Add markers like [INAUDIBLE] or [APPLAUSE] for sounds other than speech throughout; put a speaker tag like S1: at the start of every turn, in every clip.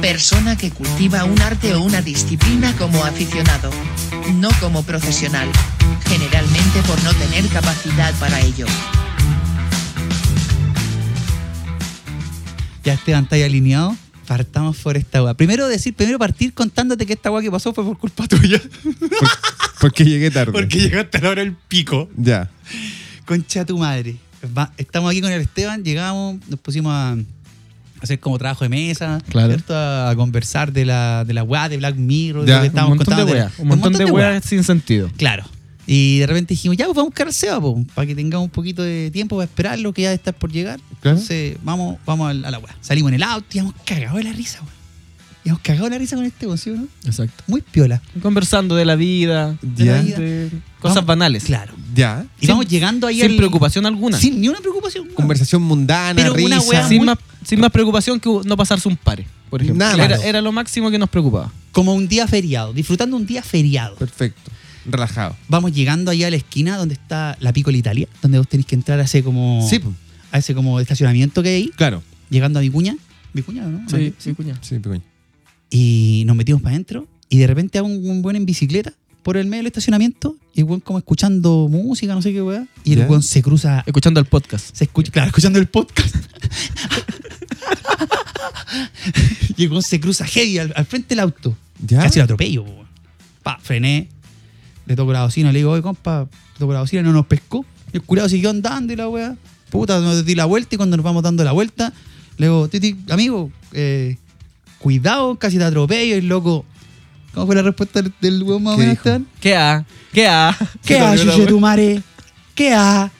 S1: persona que cultiva un arte o una disciplina como aficionado. No como profesional. Generalmente por no tener capacidad para ello.
S2: Ya Esteban, ¿estáis alineado? Partamos por esta agua. Primero decir, primero partir contándote que esta agua que pasó fue por culpa tuya.
S3: Por- porque llegué tarde.
S2: Porque llegaste a la hora del pico.
S3: Ya.
S2: Concha tu madre. Va- estamos aquí con el Esteban, llegamos, nos pusimos a hacer como trabajo de mesa,
S3: Claro.
S2: ¿cierto? A, a conversar de la, de la weá de Black Mirror, de
S3: ya
S2: lo que
S3: un
S2: estábamos
S3: montón de
S2: contando.
S3: weas. Un montón de
S2: weá.
S3: weas sin sentido.
S2: Claro. Y de repente dijimos, ya, pues vamos a buscar al Seba, pues, para que tengamos un poquito de tiempo para esperar lo que ya está por llegar.
S3: Claro.
S2: Entonces, vamos, vamos al- a la weá. Salimos en el auto y hemos cagado de la risa, weón. Y hemos cagado de la risa con este, weón, ¿sí o no?
S4: Exacto.
S2: Muy piola.
S4: Conversando de la vida, de,
S3: Ya.
S4: la vida, de cosas
S2: Vamos-
S4: banales.
S2: Claro.
S3: Ya.
S2: Y vamos llegando ahí
S4: Sin
S2: al-
S4: preocupación alguna. Sin,
S2: Sin ni una preocupación. weón.
S3: Conversación mundana,
S2: Pero
S3: risa.
S2: una wea muy-
S4: más, sin más preocupación que no pasarse un pare, por ejemplo.
S3: Nada más.
S4: era, era lo máximo que nos preocupaba.
S2: Como un día feriado, disfrutando un día feriado.
S3: Perfecto. Relajado.
S2: Vamos llegando allá a la esquina donde está la Piccola Italia, donde vos tenés que entrar a ese como,
S3: Sí, pues,
S2: a ese como estacionamiento que hay ahí,
S3: claro.
S2: llegando a Vicuña. Vicuña, ¿no?
S4: cuñado.
S3: Sí, pero coño.
S2: Y nos metimos para adentro y de repente hago un, un buen en bicicleta por el medio del estacionamiento y el buen como escuchando música, no sé qué weá. Y el
S3: Ya.
S2: buen se cruza,
S4: Escuchando el podcast.
S2: se escucha, claro, escuchando el
S3: [LAUGHS]
S2: podcast. [LAUGHS] y el buen se cruza heavy al, al frente del auto.
S3: ¿Ya?
S4: ¿Ah?
S2: Casi lo atropello, po, weón. Pa, frené. Le toco la bocina, le digo, oye, compa, le toco la bocina, no nos pescó. Y el curado siguió andando y la weá. Puta, nos di la vuelta y cuando nos vamos dando la vuelta, le digo, titi, amigo, eh, cuidado, casi te atropello, y el loco. ¿Cómo fue la respuesta del- del weón más o
S3: ¿Qué
S2: menos,
S3: dijo?
S2: Esteban?
S4: ¿Qué ha? ¿Qué ha?
S2: ¿Qué
S4: Se
S2: haces,
S4: volvió la
S2: tu mare? ¿Qué haces?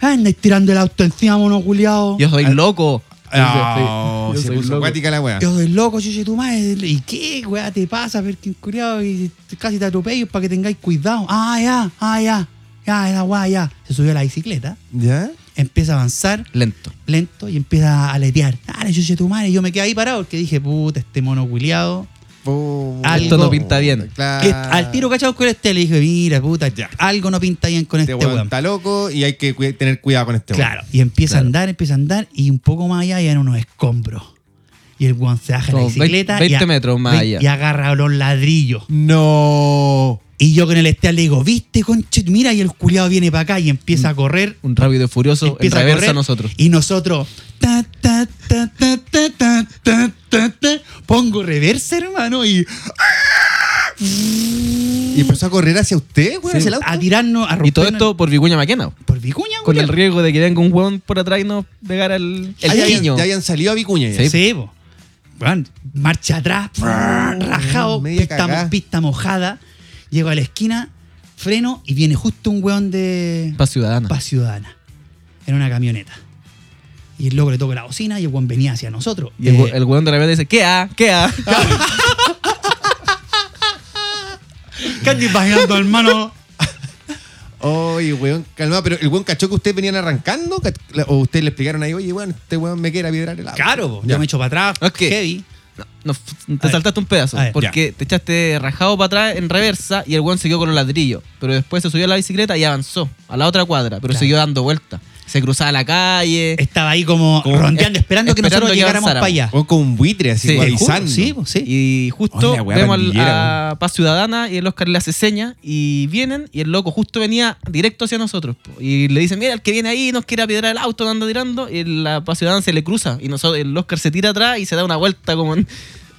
S2: Andáis tirando el auto encima, mono culiao.
S4: wea. Yo soy loco.
S2: oh,
S3: Ah,
S4: Yo
S3: se
S4: soy
S3: puso
S4: loco.
S3: acuática la wea.
S2: Yo soy loco, yo soy tu madre. ¿Y qué, weá, te pasa, Perkin Curiado? Y te- casi te atropello para que tengáis cuidado. Ah, ya, ah, ya. Ya, esa weá, ya. Se subió a la bicicleta,
S3: ¿Ya?
S2: empieza a avanzar
S4: Lento.
S2: lento y empieza a aletear. Dale, yo soy tu madre. Y yo me quedé ahí parado porque dije, puta, este mono culiado.
S3: Oh,
S2: Algo-
S4: no pinta bien.
S3: Claro.
S2: Que al tiro cachado con este le dije, mira, puta,
S3: Ya.
S2: algo no pinta bien con
S3: Este
S2: este
S3: weón
S2: weón.
S3: está loco y hay que cuida- tener cuidado con este weón.
S2: Claro. Y empieza
S4: Claro.
S2: a andar, empieza a andar y un poco más allá ya eran unos escombros. Y el weón se baja de la
S4: Como
S2: bicicleta
S4: 20
S2: y, a-
S4: metros más allá.
S2: y agarra los ladrillos.
S3: No.
S2: Y yo con el Esteban le digo, viste, conche, mira, y el culiado viene para acá y empieza a correr.
S4: Un rápido y furioso Mm. en
S2: Empieza a
S4: reversa
S2: correr
S4: a nosotros.
S2: y nosotros. ta, ta, ta, ta, ta, ta, ta, ta, ta, pongo reversa, hermano, y
S3: Y empezó a correr hacia usted, weón,
S4: Sí. Ah,
S3: hacia el auto.
S2: a tirarnos, a romper.
S4: Y todo esto por Vicuña Maquena.
S2: Por Vicuña,
S4: Con el
S2: culiao.
S4: riesgo de que venga un hueón por atrás y nos pegara el,
S3: Ah,
S4: el
S3: ya habían-
S4: guiño.
S3: Ya habían salido a Vicuña. ya.
S4: Sí. Mm,
S2: Sí, po. Weón, marcha atrás, rajado,
S3: media
S2: pista,
S3: cagá.
S2: pista mojada. Llego a la esquina, freno y viene justo un weón de.
S4: Paz Ciudadana.
S2: Paz Ciudadana en una camioneta. Y el loco le toca la bocina y el weón venía hacia nosotros.
S4: Y el,
S2: Eh,
S4: hue- el hueón de la vez dice, ¿qué ha? ¿Qué ha?
S2: ¿Qué andas imaginando,
S4: [LAUGHS]
S2: hermano?
S3: Oye, weón, calma, pero el weón cachó que ustedes venían arrancando. cach- la- O ustedes le explicaron ahí, oye, weón, este weón me quiere piedrar el auto.
S2: Claro, po, yo
S3: Ya.
S2: me echo para atrás,
S4: Ok.
S2: heavy.
S4: No, no, f-
S2: A
S4: te
S2: ver.
S4: saltaste un pedazo.
S2: A ver,
S4: porque te echaste rajado para atrás en reversa y el weón siguió con los ladrillos. Pero después se subió a la bicicleta y avanzó a la otra cuadra. Pero
S2: Claro.
S4: siguió dando vueltas. Se cruzaba la calle.
S2: Estaba ahí como,
S4: Como-
S2: rondeando,
S4: es-
S2: esperando que
S4: esperando
S2: nosotros
S4: que
S2: llegáramos para
S4: avanzáramos.
S2: allá.
S3: Weón con un buitre así,
S4: Sí,
S3: como
S4: te
S2: Te juro,
S3: avisando.
S2: Sí, po, sí.
S4: Y justo
S3: Ay, la weá
S4: vemos al-
S3: pandillera,
S4: a Paz Ciudadana y el Oscar le hace seña y vienen y el loco justo venía directo hacia nosotros. po. Y le dicen, mira, el que viene ahí nos quiere apiedrar el auto, anda tirando. Y la Paz Ciudadana se le cruza y nosotros, el Oscar se tira atrás y se da una vuelta como en-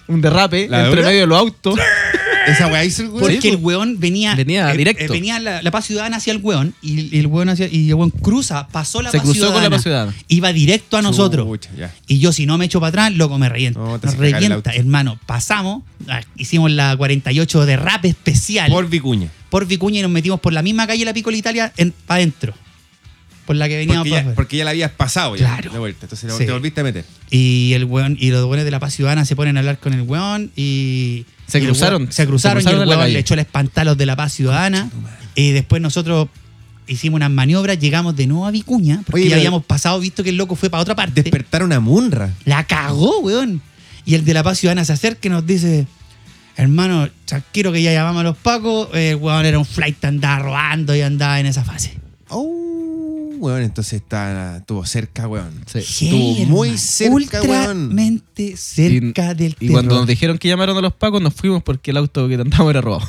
S4: un derrape
S3: ¿La
S4: entre
S3: dura?
S4: medio de
S2: [LAUGHS]
S4: los autos.
S3: Esa weá hizo el weón.
S2: Porque el weón venía.
S4: pues.
S2: eh,
S4: Venía directo.
S2: venía la, la paz ciudadana hacia el weón. Y, el weón hacia, y el weón cruza, pasó la
S4: Se
S2: paz
S4: cruzó con la
S2: ciudadana.
S4: paz ciudadana.
S2: Iba directo a nosotros.
S3: Chucha, ya.
S2: Y yo, si no me echo para atrás, loco, me revienta.
S3: No, te
S2: Nos
S3: hace cagar el
S2: revienta,
S3: auto.
S2: hermano. Pasamos, ah, hicimos la 48 de rap especial por,
S3: Por Vicuña.
S2: Vicuña y nos metimos por la misma calle La Piccola Italia para adentro. Por la que veníamos
S3: Porque
S2: para
S3: ya, porque ya la habías pasado ya.
S2: Claro.
S3: De vuelta. Entonces
S2: Sí.
S3: te volviste a meter.
S2: Y el weón, y los weones de la paz ciudadana se ponen a hablar con el weón y.
S4: Se
S2: y el
S4: cruzaron,
S2: weón- se cruzaron.
S4: se cruzaron
S2: y
S4: en
S2: el
S4: la
S2: weón
S4: calle.
S2: le echó el espantalos de la paz ciudadana. Y después nosotros hicimos unas maniobras, llegamos de nuevo a Vicuña, porque
S3: Oye,
S2: ya
S3: pero-
S2: habíamos pasado, visto que el loco fue para otra parte.
S3: Despertaron a Munra.
S2: La cagó, weón. Y el de la paz ciudadana se acerca y nos dice. Hermano, tranquilo que ya llamamos a los pacos. El weón era un flight, andaba robando y andaba en esa fase.
S3: Oh. weón. Entonces está, estuvo cerca, weón.
S4: Sí.
S3: Estuvo
S2: Hey,
S3: muy
S2: hermano.
S3: cerca, weón.
S2: Ultramente cerca del
S4: Y cuando nos
S2: terror.
S4: dijeron que llamaron a los pacos, nos fuimos porque el auto que andamos era robado.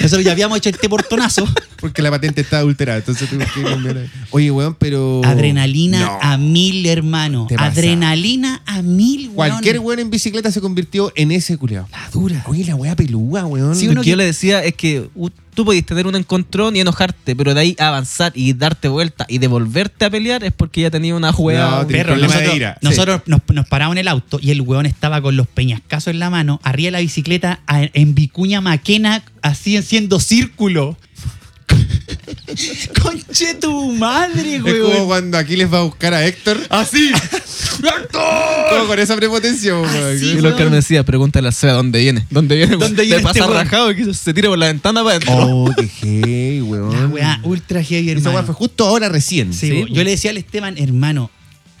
S2: Nosotros ya habíamos hecho este [LAUGHS] portonazo.
S3: Porque la patente está adulterada. Entonces tuve que cambiar ahí. Oye, weón,
S2: Oh,
S3: pero.
S2: Adrenalina
S3: No.
S2: a mil, hermano.
S3: Te pasa.
S2: Adrenalina a mil, weón.
S3: Cualquier weón en bicicleta se convirtió en ese culiao.
S2: La dura.
S3: Oye, la weá pelúa,
S4: [LAUGHS]
S3: weón.
S2: Sí,
S4: Lo
S2: uno
S4: que yo
S2: que-
S4: le decía es que uh, tú podías tener un encontrón y enojarte, pero de ahí avanzar y darte vuelta y devolverte a pelear es porque ya tenía una jugada.
S3: No, te-
S2: Perro,
S3: problema de
S2: nosotros,
S3: ira.
S2: nosotros nos, nos paramos en el auto y el weón estaba con los peñascazos en la mano, arriba de la bicicleta, a- en vicuña maquena, así haciendo círculo. [LAUGHS] Conche tu madre,
S3: Es como
S2: weón. Ah,
S3: cuando Aquiles va a buscar a Héctor.
S2: Así.
S3: [LAUGHS] Como con esa prepotencia, weón.
S2: Así,
S4: y lo que él me decía, pregúntale a Seba dónde viene. ¿Dónde viene?
S2: ¿Dónde viene
S4: Le
S2: este
S4: pasa
S2: weón?
S4: rajado y que se tira por la ventana para adentro. [LAUGHS]
S3: Oh, qué hey,
S2: La
S3: weón.
S2: weá ultra heavy,
S3: Esa weá
S2: hermano.
S3: fue justo ahora recién.
S2: Sí, bo- yo le decía al Esteban, hermano,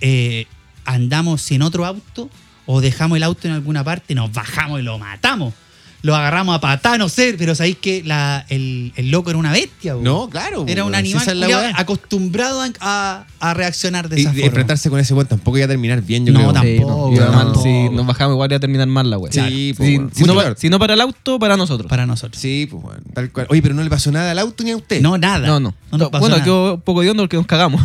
S2: eh, andamos en otro auto o dejamos el auto en alguna parte, nos bajamos y lo matamos. Lo agarramos a patá, no sé, pero sabéis que la- el, el loco era una bestia. bo.
S3: No, claro.
S2: Era
S3: weón.
S2: un
S3: Si
S2: animal
S3: esa es la
S2: culiao
S3: weá.
S2: acostumbrado a, a- a reaccionar de
S3: Y
S2: esa
S3: de
S2: forma.
S3: enfrentarse con ese weón tampoco iba a terminar bien, yo
S2: No,
S3: creo.
S2: tampoco.
S4: Sí, no, iba
S3: no,
S4: mal.
S3: no.
S4: Si nos bajamos igual iba a terminar mal la wea.
S3: Sí,
S4: Si-
S3: pues, bueno.
S4: si, no,
S3: Mucho
S4: pa-
S3: claro.
S4: si no para el auto, para nosotros.
S2: Para nosotros.
S3: Sí, pues, weón. Tal cual. Oye, pero no le pasó nada al auto ni a usted.
S2: No, nada.
S4: No, no.
S2: nos pasó
S4: bueno,
S2: nada.
S4: quedó un poco de onda porque nos cagamos.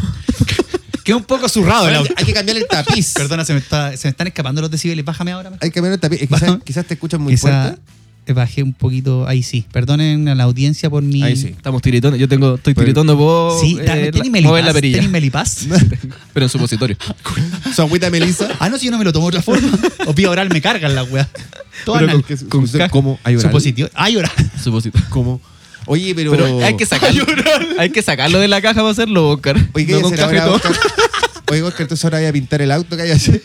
S2: Quedó un poco zurrado el
S3: Ahora
S2: auto.
S3: Hay que cambiar el tapiz.
S2: [LAUGHS] Perdona, se me, está- se me están escapando los decibeles. Bájame ahora. mejor.
S3: Hay que cambiar el tapiz. Eh,
S2: [LAUGHS]
S3: Quizás,
S2: Vamos.
S3: quizás te escuchan muy
S2: Quizá
S3: fuerte.
S2: eh, bajé un poquito. Ahí sí. Perdonen a la audiencia por mi.
S3: Ahí sí.
S4: Estamos tiritones. Yo tengo, estoy
S3: Pero-
S4: tiritando por
S2: Sí, ta- tenis
S4: mover eh, la
S2: melipaz.
S4: perilla.
S2: tenis melipaz.
S4: [LAUGHS] Pero en supositorio.
S3: Su agüita melisa.
S2: Ah, no, si yo no me lo tomo de otra
S4: [LAUGHS]
S2: forma. O vía oral me cargan la weá. Todo
S3: Pero
S2: anal.
S3: con- con-
S4: con
S3: con-
S4: caja.
S3: ¿Cómo? Hay oral.
S2: Supositivo. Ay, oral. [LAUGHS]
S4: supositorio.
S3: ¿Cómo? Oye, pero.
S4: Pero hay que sacarlo. Hay que sacarlo de la caja para hacerlo, Oscar.
S3: Oye, ¿qué
S4: No
S3: hay que
S4: con
S3: hacer
S4: caja y
S3: ahora,
S4: todo.
S3: Oscar? Oye, Oscar, entonces ahora voy a pintar el auto que hay así.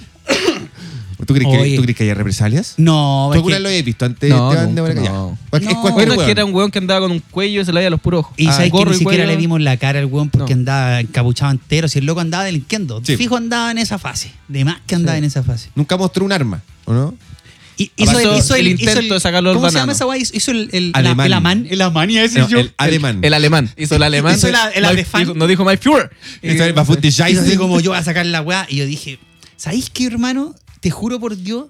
S3: ¿Tú crees, que,
S2: Oye.
S3: ¿Tú crees que haya represalias?
S2: No,
S3: ¿Tú
S2: es
S3: alguna
S2: que-
S3: lo habías visto antes?
S4: No,
S3: Esteban de este
S4: nunca,
S3: Baracaya?
S4: no.
S3: Cual- Es
S2: No.
S3: cualquier
S4: Bueno, es
S3: weón.
S4: que era un weón que andaba con un cuello y se le veía los puros ojos.
S2: Y
S4: Ah,
S2: sabes que
S4: gorro
S2: ni
S4: y
S2: siquiera
S4: cuello.
S2: le vimos la cara al weón porque
S4: No.
S2: andaba encapuchado entero. Si el loco andaba delinquiendo.
S3: Sí.
S2: Fijo andaba en esa fase. De más que andaba
S4: Sí.
S2: en esa fase.
S3: Nunca mostró un arma, ¿o no?
S2: Y hizo,
S4: Hizo
S2: hizo
S4: el intento de sacarlo del
S2: ¿Cómo se
S4: banano.
S2: llama esa weá? Hizo el, el, la-
S3: Alemán.
S2: el amán. El amán, iba a decir
S3: No,
S2: yo.
S3: el alemán.
S4: El alemán. Hizo el alemán.
S2: Hizo la- el
S4: My-
S2: adefán.
S4: dijo- No dijo My Führer.
S3: Esto es
S4: Eh,
S3: Bafuti
S2: Hizo así
S3: Jaisen.
S2: como yo voy a sacar la weá. Y yo dije, ¿sabéis qué, hermano? Te juro por Dios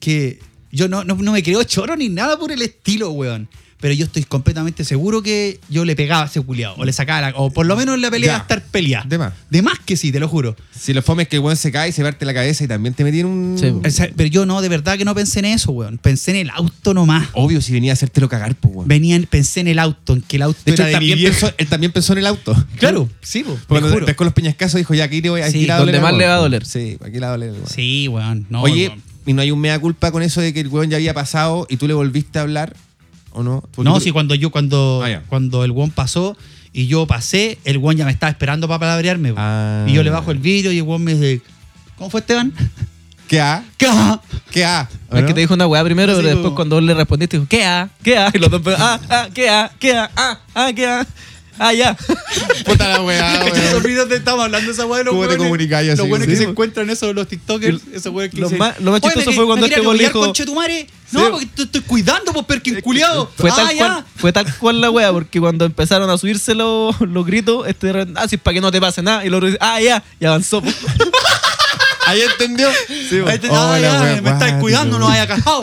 S2: que yo no, no, no me creo choro ni nada por el estilo, weón. Pero yo estoy completamente seguro que yo le pegaba a ese culiado. O le sacaba la. O por lo menos en la pelea
S3: Ya.
S2: iba a estar pelea.
S3: De más.
S2: De más que sí, te lo juro.
S3: Si lo fomes que el weón se cae y se parte la cabeza y también te metieron un.
S4: Sí, po.
S2: O sea, pero yo no, de verdad que no pensé en eso, weón. Pensé en el auto nomás.
S3: Obvio, si venía a hacértelo cagar, pues, weón.
S2: Venían, pensé en el auto, en que el auto
S3: De hecho,
S2: era
S3: él
S2: de mi
S3: también,
S2: viejo.
S3: pensó, él también pensó en el auto.
S2: Claro, sí, po, te
S3: Cuando
S2: juro.
S3: después con los peñascasos dijo, ya aquí le voy a
S2: Sí,
S3: aquí le va
S4: donde
S3: doler al
S4: más le
S3: weón.
S4: va a doler.
S3: Sí, aquí le va a doler. al weón.
S2: Sí, weón. No,
S3: Oye,
S2: weón.
S3: ¿y no hay un mea culpa con eso de que el weón ya había pasado y tú le volviste a hablar? ¿O no? Porque
S2: No,
S3: tú-
S2: sí, cuando yo, cuando,
S3: Ah, ya.
S2: cuando el guon pasó y yo pasé, el guon ya me estaba esperando para palabrearme. po.
S3: Ah.
S2: Y yo le bajo el vidrio y el guon me dice, ¿cómo fue Esteban? [LAUGHS]
S3: ¿Qué ha?
S2: ¿Qué?
S4: Ah,
S2: [LAUGHS]
S3: ¿Qué ha? ¿O
S4: Es
S3: no?
S4: que te dijo una weá primero,
S2: Sí,
S4: pero
S2: po.
S4: después cuando vos le respondiste, dijo, ¿qué ha? ¿Qué ha? Y los dos, ah, ah, ¿qué ha? ¿Qué ha? Ah, ah, ¿qué ha? Ah, ya.
S3: Puta la [LAUGHS] weá, weón.
S2: videos estamos hablando esa weá de
S3: ¿Cómo te
S2: hueones?
S3: comunicas así,
S2: Los hueones
S3: sí,
S2: que se
S3: po.
S2: encuentran eso, los tiktokers, esos hueones que
S4: lo
S2: dicen,
S4: más- lo más
S2: "Oye,
S4: chistoso
S2: me-
S4: fue
S2: me
S4: cuando
S2: quería
S4: este hueón
S2: culiar,
S4: dijo-
S2: "Conchetumare". No, porque te estoy cuidando, pues, perkin culiado.
S4: Fue
S2: ah,
S4: tal,
S2: ya.
S4: cual, fue tal cual la wea, porque cuando empezaron a subirse los, los gritos, este de repente, ah, si es para que no te pase nada, y el otro dice, ah, ya, y avanzó. po.
S3: Ahí entendió.
S2: Ahí te- ah, ya, me estáis cuidando, no haya
S4: [LAUGHS]
S2: cajado.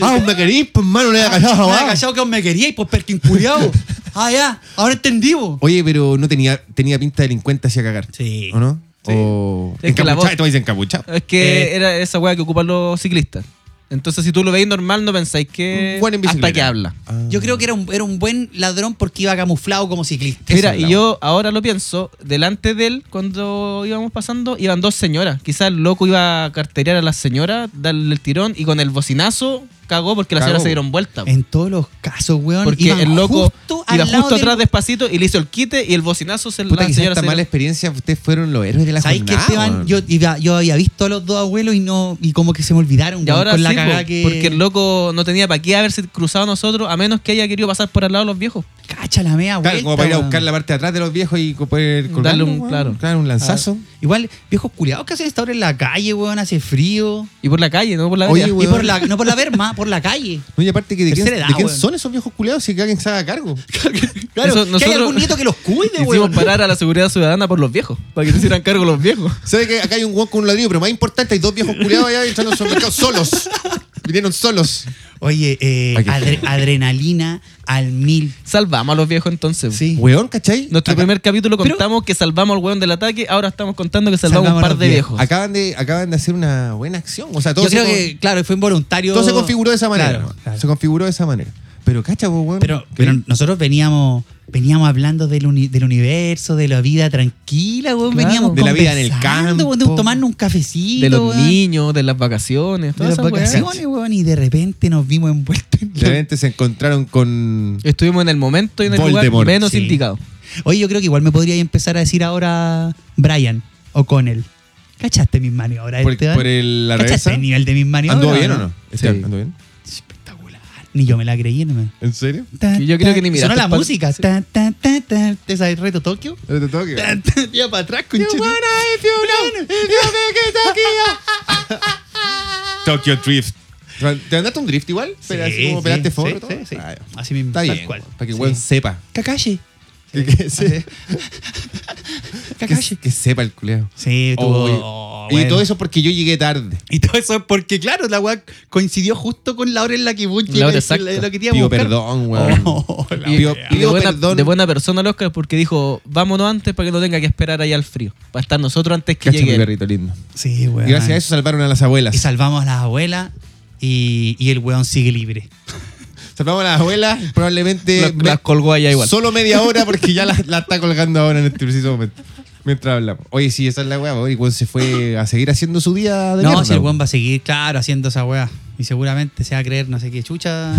S3: Ah, me querís, pues hermano, no haya callado
S2: No haya
S3: jamás.
S2: callado que aún me queríais, pues, perkin
S4: [LAUGHS]
S2: culiado. Ah, ya, ahora entendí, pues. po.
S3: Oye, pero no tenía, tenía pinta de delincuente hacía cagar.
S2: Sí.
S3: ¿O no? O
S4: Es que la voz-
S3: encapuchado, tú dices encapuchado.
S4: [LAUGHS] Es que
S2: Eh.
S4: era esa weá que ocupan los ciclistas. Entonces, si tú lo veis normal, no pensáis que.
S3: Un buen en bicicleta.
S4: hasta que habla.
S2: Yo creo que era un, era un buen ladrón porque iba camuflado como ciclista.
S4: Mira,
S3: es la
S4: y yo ahora lo pienso, delante de él, cuando íbamos pasando, iban dos señoras. Quizás el loco iba a carterear a las señoras, darle el tirón, y con el bocinazo cagó porque las
S3: Cagó,
S4: señoras se
S3: po.
S4: dieron vuelta. po.
S2: En todos los casos, weón.
S4: Porque
S2: iban
S4: el loco
S2: justo al
S4: iba
S2: lado
S4: justo
S2: del-
S4: atrás despacito y le hizo el quite y el bocinazo se
S3: Puta,
S4: la
S3: quizás
S4: señora
S3: esta
S4: se-
S3: mala experiencia, ustedes fueron los héroes de la
S2: ¿Sabéis que
S3: jornada.
S2: Esteban?
S3: Ah, weón.
S2: Yo, iba- yo había visto a los dos abuelos y no y como que se me olvidaron
S4: Y
S2: weón,
S4: ahora
S2: con la
S4: sí,
S2: cagada
S4: po,
S2: que.
S4: porque el loco no tenía para qué haberse cruzado a nosotros a menos que haya querido pasar por al lado de los viejos.
S2: Cacha la mea,
S3: Claro,
S2: vuelta,
S3: como para ir a
S2: weón.
S3: buscar la parte de atrás de los viejos y co- poder
S4: Darle un-
S3: weón.
S4: claro.
S3: un
S2: Ah,
S3: lanzazo.
S2: Igual, viejos culiados que hacen esta hora en la calle, weón, hace frío.
S4: Y por la calle, no por la
S3: Oye,
S4: vereda.
S3: weón.
S2: Y por la, no por la verma, por la calle.
S3: No, y aparte que de quién,
S2: Tercera edad,
S3: de quién
S2: weón.
S3: son esos viejos culeados si que alguien se haga cargo.
S2: Claro,
S4: Eso
S2: que hay
S4: nosotros-
S2: algún nieto que los cuide,
S4: Hicimos
S2: weón.
S4: parar a la seguridad ciudadana por los viejos, para que se hicieran cargo
S2: [LAUGHS]
S4: los viejos.
S3: ¿Sabes que acá hay un guan con un ladrillo? Pero más importante, hay dos viejos culiados allá entrando al supermercado solos. Vinieron solos.
S2: Oye, eh,
S3: Ay, qué
S2: adre- adrenalina al mil.
S4: Salvamos a los viejos entonces.
S2: Sí.
S3: Weón, ¿cachai?
S4: Nuestro
S3: Acá-
S4: primer capítulo
S2: Pero-
S4: contamos que salvamos al weón del ataque, ahora estamos contando que salvamos,
S2: Salvamos
S4: un
S2: a
S4: par
S2: los
S4: de
S2: viejos.
S4: viejos.
S3: acaban, de, acaban de hacer una buena acción. O sea, todo,
S2: Yo
S3: se,
S2: creo
S3: con-
S2: que, claro, fue involuntario.
S3: todo se configuró de esa manera.
S2: Claro,
S3: ¿no?
S2: claro.
S3: Se configuró de esa manera. Pero, cacha, vos, weón.
S2: Pero,
S3: ¿Qué?
S2: pero [LAUGHS] nosotros veníamos veníamos hablando del, uni- del universo, de la vida tranquila, weón.
S4: Claro.
S2: Veníamos
S3: De la vida en el
S2: conversando,
S3: campo.
S2: weón, de un- tomarnos un cafecito.
S4: De los
S2: weón,
S4: niños, de las
S2: De
S4: vacaciones, todas
S2: las
S4: esas weas.
S2: vacaciones, weón. Y de repente nos vimos envueltos en
S3: de
S2: la-
S3: repente se encontraron con.
S4: Estuvimos en el momento y en el
S3: Voldemort.
S4: lugar menos
S2: Sí.
S4: indicado.
S2: Oye, yo creo que igual me podría empezar a decir ahora Brian o Connell. ¿Cachaste mis maniobras,
S3: Por,
S2: Esteban?
S3: por el, la
S2: ¿Cachaste
S3: revesa.
S2: el nivel de mis maniobras?
S3: ¿Anduvo bien o no? Esteban,
S4: Sí.
S3: ¿Anduvo bien?
S2: Espectacular. Ni yo me la creí, no me...
S3: ¿En serio?
S2: Tan,
S4: Yo creo que
S2: tan.
S4: ni miraste
S2: Sonó la
S4: el pal-
S2: música.
S4: Sí.
S2: Tan, tan, tan, tan. ¿Te sabes Reto Tokio?
S3: ¿Te tocó que-
S2: Tan, tan, Tira para este atrás, conchito.
S3: Tokyo Drift. ¿Te andaste un drift igual? Pero así como pelaste
S2: sí,
S3: foro.
S2: sí,
S3: todo.
S2: sí.
S3: Ah,
S2: Así mismo,
S3: Está
S2: tal
S3: bien.
S2: cual.
S3: Para que el
S2: Sí.
S3: weón sepa.
S2: Kakashi.
S3: Que- que
S2: [LAUGHS]
S3: se-
S2: Kakashi.
S3: Que, que sepa el culeado.
S2: Sí, tuvo-
S3: Y
S2: bueno.
S3: todo eso porque yo llegué tarde.
S2: Y todo eso es porque, claro, la weá coincidió justo con la hora en la que Bungie
S4: La hora
S2: le-
S4: exacta.
S2: le- lo que te iba a
S3: Pido
S2: buscar.
S3: perdón, weón.
S2: Oh, la
S3: Pido-
S2: wea.
S4: Y de
S3: pido
S4: buena,
S3: perdón.
S4: de buena persona el Oscar porque dijo, vámonos antes para que no tenga que esperar allá al frío. Para estar nosotros antes que
S3: Cacha mi
S4: llegue. él".
S3: perrito lindo.
S2: Sí, weón.
S3: Y gracias a eso salvaron a las abuelas.
S2: Y salvamos a las abuelas y, y el weón sigue libre.
S3: Salvamos a las abuelas, probablemente
S4: Las- las colgó allá igual.
S3: solo media hora porque ya la, la está colgando ahora en este preciso momento. Mientras hablamos. Oye, sí, esa es la weá, weón. Y weón se fue a seguir haciendo su día Ah, de
S2: No,
S3: mierda,
S2: si el
S3: weón.
S2: weón va a seguir, claro, haciendo esa weá. Y seguramente se va a creer no sé qué chucha.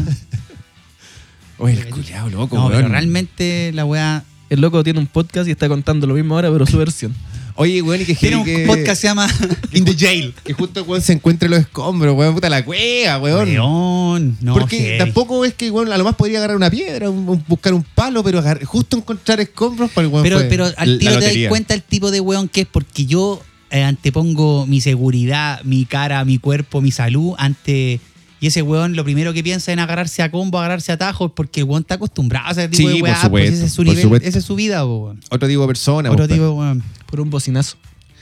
S3: Oye, el culiao loco,
S2: No, pero
S3: weón.
S2: realmente la weá.
S4: El loco tiene un podcast y está contando lo mismo ahora, pero su versión.
S3: Oye, weón, y que
S2: Tiene un
S3: que-
S2: podcast que se llama In the Jail.
S3: Que justo weón se encuentre los escombros, weón. Puta la cueva, weón.
S2: Weón, no.
S3: Porque
S2: heavy.
S3: tampoco es que weón, a lo más podría agarrar una piedra, un- un- buscar un palo, pero agar- justo encontrar escombros para el weón.
S2: Pero,
S3: fue
S2: pero al tiro
S3: la
S2: te das
S3: lotería.
S2: cuenta el tipo de weón que es, porque yo eh, antepongo mi seguridad, mi cara, mi cuerpo, mi salud ante. Y ese weón lo primero que piensa en agarrarse a combo, agarrarse a tajos, porque el weón está acostumbrado a ese tipo
S3: Sí,
S2: de
S3: por
S2: weá. pues
S3: supuesto,
S2: ese es su
S3: por
S2: nivel,
S3: supuesto.
S2: esa es su vida, po, weón.
S3: Otro tipo de persona.
S2: Otro
S3: po,
S2: tipo de weón.
S4: Por un bocinazo.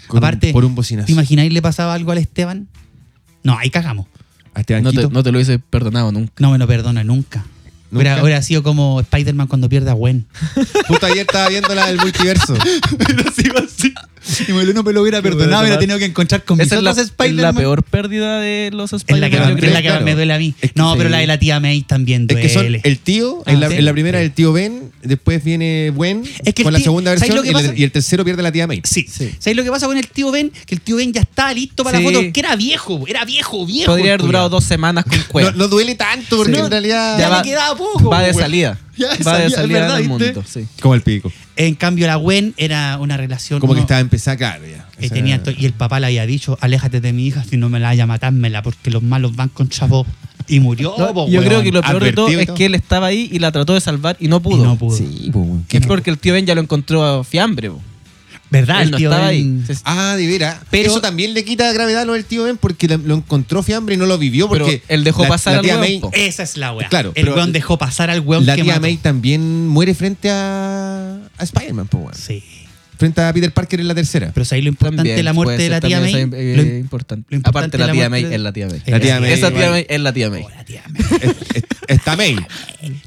S3: con un-
S2: Aparte,
S3: por un bocinazo.
S2: ¿Te imagináis le pasaba algo al Esteban? No, ahí cagamos.
S3: A este
S4: No te,
S3: banquito.
S4: no te lo hubiese perdonado nunca.
S2: No me lo perdona nunca.
S3: ¿Nunca?
S2: Hubiera, hubiera sido como Spider-Man cuando pierde a
S3: [LAUGHS]
S2: Gwen.
S3: Justo ayer estaba viendo la del multiverso.
S4: [LAUGHS]
S2: Y me lo, no me lo hubiera
S4: perdonado, hubiera
S2: tenido que encontrar con
S4: Esa es la, es la peor pérdida de los
S2: Es la
S4: Spider-Man.
S2: que,
S4: yo
S2: más-
S4: creo.
S2: es la que más
S3: claro.
S2: me duele a mí.
S3: Es que
S2: no, pero
S3: sí.
S2: la de la tía May también
S3: es
S2: duele.
S3: que son el tío, en,
S2: Ah,
S3: la,
S2: sí.
S3: en la primera el tío Ben, después viene Gwen,
S2: Es que el
S3: con la
S2: tío-
S3: segunda
S2: ¿sabes
S3: versión,
S2: lo que
S3: y el-
S2: pasa?
S3: y, el tercero pierde la tía May.
S2: Sí.
S4: Sí.
S2: ¿Sabes lo que pasa con el tío Ben? Que el tío Ben ya está listo para
S4: Sí.
S2: la foto, que era viejo, era viejo, viejo.
S4: Podría
S2: el
S4: haber durado dos
S2: [LAUGHS]
S4: semanas con
S3: No,
S4: cueva.
S3: no duele tanto, porque
S2: No,
S3: en realidad...
S2: pues. ya le
S4: va-
S2: quedaba poco,
S4: Va de
S2: güey.
S4: salida.
S2: [LAUGHS] Ya de
S4: va de
S2: salida,
S4: salida
S2: ¿verdad,
S4: del
S2: viste?
S4: mundo. Sí.
S3: pues, Como el pico.
S2: En cambio, la Gwen era una relación.
S3: Como que
S2: no,
S3: estaba empezando, ah, claro, ya. O
S2: que
S3: sea,
S2: tenía to- y el papá le había dicho, aléjate de mi hija, si no me la haya matármela, porque los malos van con chavos. Y murió.
S4: No,
S2: po, Oh,
S4: yo
S2: weón.
S4: creo que lo peor de
S3: Advertido
S4: todo
S3: y
S4: es
S3: todo.
S4: que él estaba ahí y la trató de salvar y no
S2: Y
S4: pudo.
S2: no pudo.
S3: Sí, po, weón.
S4: Que es porque el tío Ben ya lo encontró fiambre. po.
S2: ¿Verdad?
S4: Él
S2: el
S4: no
S2: tío
S4: estaba
S2: Ben-
S4: ahí. Se-
S3: Ah, de veras.
S4: Pero-
S3: eso también le quita gravedad a lo del tío Ben porque la- lo encontró fiambre y no lo vivió
S4: Pero
S3: porque
S4: él dejó
S3: la-
S4: pasar
S3: la
S4: al
S3: tía
S4: weón,
S3: May.
S4: po.
S2: Esa es la weá.
S3: Claro,
S2: El
S3: pero-
S2: weón dejó pasar al weón
S3: La
S2: que
S3: tía
S2: mató.
S3: May también muere frente a, a Spider-Man, po, weón.
S2: Sí.
S3: frente a Peter Parker en la tercera.
S2: Pero ahí lo importante
S4: También,
S2: de la muerte
S4: puede
S2: de la
S4: ser,
S2: tía May.
S4: también es, eh,
S2: lo-
S4: importante.
S2: lo importante
S4: Aparte,
S2: de
S4: la
S2: la
S4: tía
S2: muerte
S4: May
S2: de-
S4: es la tía May.
S3: La tía May,
S4: Esa tía
S3: igual.
S4: May es la tía May.
S2: Oh, la tía May.
S3: Es- es- está May.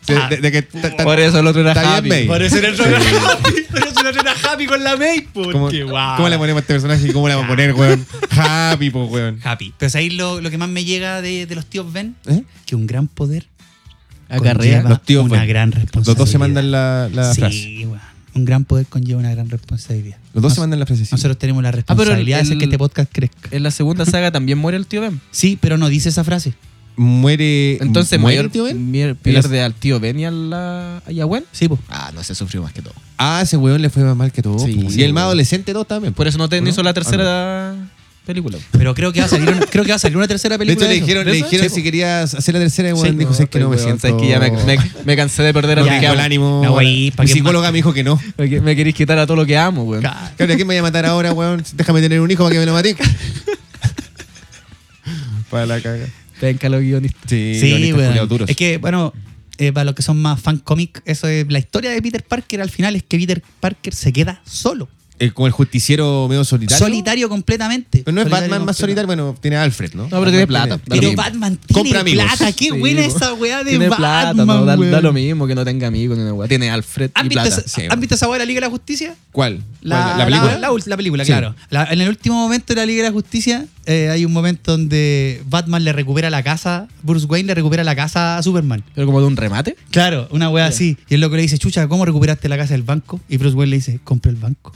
S3: Sí, [LAUGHS] de- de que ta- ta-
S4: Ah. Por eso el otro era
S3: Está bien,
S4: Happy.
S3: May.
S4: Por eso-
S2: era happy. [LAUGHS] Por eso no era happy con la May. pues,
S3: ¿Cómo,
S2: Porque
S3: cómo le
S4: ah.
S3: ponemos a este personaje y cómo le vamos a poner, weón? Happy, po, weón.
S2: Happy. Pero ahí lo, lo que más me llega de, de los tíos Ben,
S4: Pues
S3: ¿Eh?
S2: que un gran poder
S4: Acarrea.
S2: conlleva
S3: Ah, Los tíos
S2: una
S3: Ben.
S2: gran
S3: Los
S2: responsabilidad.
S3: dos se mandan la, la
S2: sí,
S3: frase.
S2: weón. Un gran poder conlleva una gran responsabilidad.
S3: Los dos
S2: Nos-
S3: se mandan la frase. sí. Ah,
S2: Nosotros tenemos la
S4: pero el-
S2: responsabilidad de hacer que
S4: el-
S2: este podcast crezca.
S4: En la segunda saga también muere el tío Ben.
S2: Sí, pero no dice esa frase.
S3: Muere.
S4: Entonces,
S3: ¿muere este
S4: mayor
S3: el tío Ben?
S4: mier- pierde al tío Ben y a la y a Gwen.
S2: Sí, pues.
S4: Ah, no, se sufrió más que todo.
S3: Ah, ese weón le fue más mal que todo.
S4: Sí,
S3: po, weón.
S4: sí,
S3: y el más
S4: weón.
S3: adolescente dos también.
S4: Por eso no te
S3: ¿No?
S4: hizo
S3: Ah,
S4: la
S3: no.
S4: tercera película.
S2: Pero creo que va a salir una, creo que va a salir una tercera
S3: De
S2: película.
S3: hecho, le
S2: eso.
S3: dijeron, le
S4: ¿De eso?
S3: dijeron
S4: Sí,
S3: si querías hacer la tercera, weón.
S4: Sí,
S3: dijo, "Sí, es que no me
S4: estoy
S3: siento.
S4: weón, sabes que ya me,
S3: [LAUGHS]
S4: me- me cansé de perder a
S3: no
S4: lo
S3: me
S4: que
S3: tengo el
S4: amo.
S3: ánimo.
S2: No,
S3: weón".
S2: wey, ¿pa'
S3: Mi
S2: qué
S3: psicóloga me dijo que no.
S4: Porque Me querés quitar a todo lo que amo, weón.
S2: Ca-
S3: Claro, ¿a quién me voy a matar ahora, weón? Déjame tener un hijo para que me lo [LAUGHS] maté. para la caga.
S4: Venga, los guionistas.
S3: Sí,
S2: Sí,
S3: guionistas
S2: weón.
S3: culiados duros.
S2: Es que, bueno, eh, para los que son más fan cómic, eso es la historia de Peter Parker al final es que Peter Parker se queda solo.
S3: Eh, como el justiciero medio solitario.
S2: Solitario completamente.
S3: Pero no es
S2: Solitario
S3: Batman más
S2: completamente.
S3: solitario, bueno, tiene a Alfred, ¿no?
S4: No, pero tiene plata. Da lo
S2: Pero
S4: mismo.
S2: Batman tiene
S3: Compra amigos.
S2: plata. Qué
S4: Sí,
S2: buena
S4: po.
S2: esa weá de
S4: Tiene plata,
S2: Batman.
S4: no, da,
S2: weón.
S4: da lo mismo que no tenga amigos ni una weá. Tiene Alfred
S2: ¿Han
S4: y
S2: visto,
S4: plata.
S2: esa,
S3: sí,
S2: ¿han
S3: bueno.
S2: visto esa weá de la Liga de la Justicia?
S3: ¿Cuál?
S2: La,
S3: ¿Cuál? ¿La película?
S2: La, la película,
S3: Sí.
S2: claro. La- en el último momento de la Liga de la Justicia eh, hay un momento donde Batman le recupera la casa, Bruce Wayne le recupera la casa a Superman.
S4: Pero como de un remate.
S2: Claro, una wea así. Y el loco le dice, chucha, ¿cómo recuperaste la casa del banco? Y Bruce Wayne le dice, compra el banco.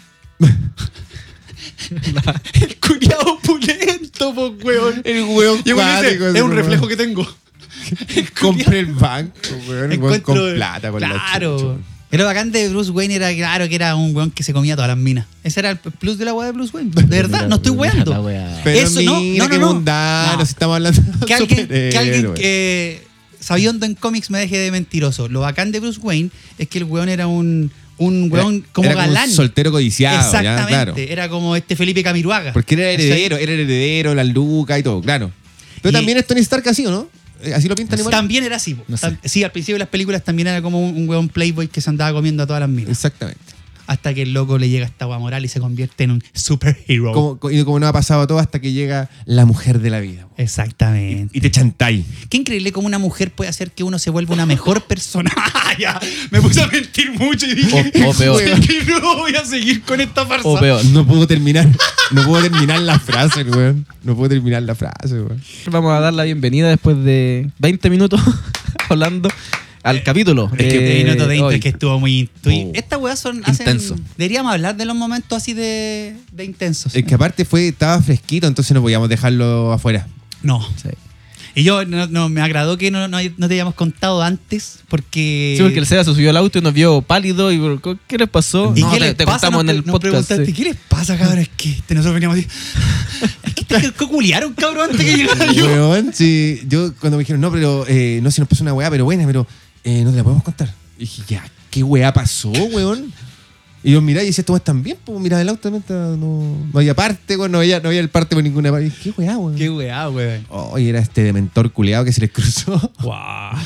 S2: [LAUGHS] el culiado opulento, po, weón.
S3: el weón
S2: Y el weón dice,
S3: cuático,
S2: es
S3: así
S2: un
S3: como-
S2: reflejo que tengo.
S3: [LAUGHS] Compré el banco, weón. el weón
S2: Encuentro-
S3: con plata, con la chucha,
S2: Claro.
S3: weón.
S2: Pero bacán de Bruce Wayne era, claro, que era un weón que se comía todas las minas. Ese era el plus de la wea de Bruce Wayne.
S3: [LAUGHS]
S2: De verdad,
S4: Mira,
S2: no estoy
S4: mira la
S2: weando.
S4: weá.
S3: Pero
S2: Eso no,
S3: mira
S2: no,
S3: qué
S2: no, no.
S3: mundano,
S2: No.
S3: si estamos hablando de
S2: que alguien, que, alguien
S3: superhéroes.
S2: que sabiendo en cómics me deje de mentiroso. Lo bacán de Bruce Wayne es que el weón era un, un
S3: Era-
S2: weón como
S3: era
S2: galán.
S3: un soltero codiciado, ya,
S2: Exactamente.
S3: claro.
S2: Era como este Felipe Camiruaga.
S3: Porque era
S2: ¿Cachai?
S3: heredero, era heredero, la luca y todo, claro. Pero
S2: Y-
S3: también es Tony Stark así, ¿o no? Eh, Así lo pintan igual.
S2: También era así. po.
S4: No sé.
S2: Tam- Sí, al principio de las películas también era como un, un weón playboy que se andaba comiendo a todas las minas.
S3: Exactamente.
S2: Hasta que el loco le llega esta agua moral y se convierte en un superhero.
S3: Como, co- y como no ha pasado todo hasta que llega la mujer de la vida. weón.
S2: Exactamente.
S3: Y te chantáis.
S2: Qué increíble cómo una mujer puede hacer que uno se vuelva una mejor persona. [LAUGHS] Ah, ya, me puse a mentir mucho y dije,
S4: O- o peor.
S2: que no voy a seguir con esta farsa.
S4: O Oh, peor.
S3: No puedo terminar. No puedo terminar la frase, weón. No puedo terminar la frase, weón.
S4: Vamos a dar la bienvenida después de 20 minutos [LAUGHS] hablando al capítulo.
S2: Es que
S4: de
S2: te noto de intro,
S4: hoy.
S2: es que estuvo muy intui-
S3: Oh.
S2: Estas weas son. hacen-
S4: Intenso.
S2: Deberíamos hablar de los momentos así de, de intensos.
S3: Es que aparte fue, estaba fresquito, entonces no podíamos dejarlo afuera.
S2: No.
S4: Sí.
S2: Y yo no, no, me agradó que no, no, no te hayamos contado antes porque.
S4: Sí, porque el SEA se subió al auto y nos vio pálido y bro, ¿qué les pasó?
S2: ¿Y
S4: No,
S2: qué
S4: te,
S2: les
S4: te
S2: pasa?
S4: contamos
S2: Nos
S4: en el
S2: pre- nos
S4: podcast.
S2: preguntaste,
S4: sí.
S2: ¿Qué les pasa, cabrón? Es que este, nosotros veníamos
S3: [LAUGHS]
S2: así. Es que te coculearon, cabrón, antes que llegara yo.
S3: Weón, sí. Yo cuando me dijeron, no, pero eh, no, si nos pasó una weá, pero buena, pero eh, no te la podemos contar. Y dije, ya, ¿qué weá pasó, weón? Y yo mirá, y decía, esto están bien, pues mirá el auto, también está- no, no había parte, weón, no había, no había el parte por ninguna parte. Y dije, [LAUGHS] ¿Qué weá, weón?
S2: Qué weá, weón.
S3: Oh, y era este dementor culeado que se les cruzó.
S2: Guau.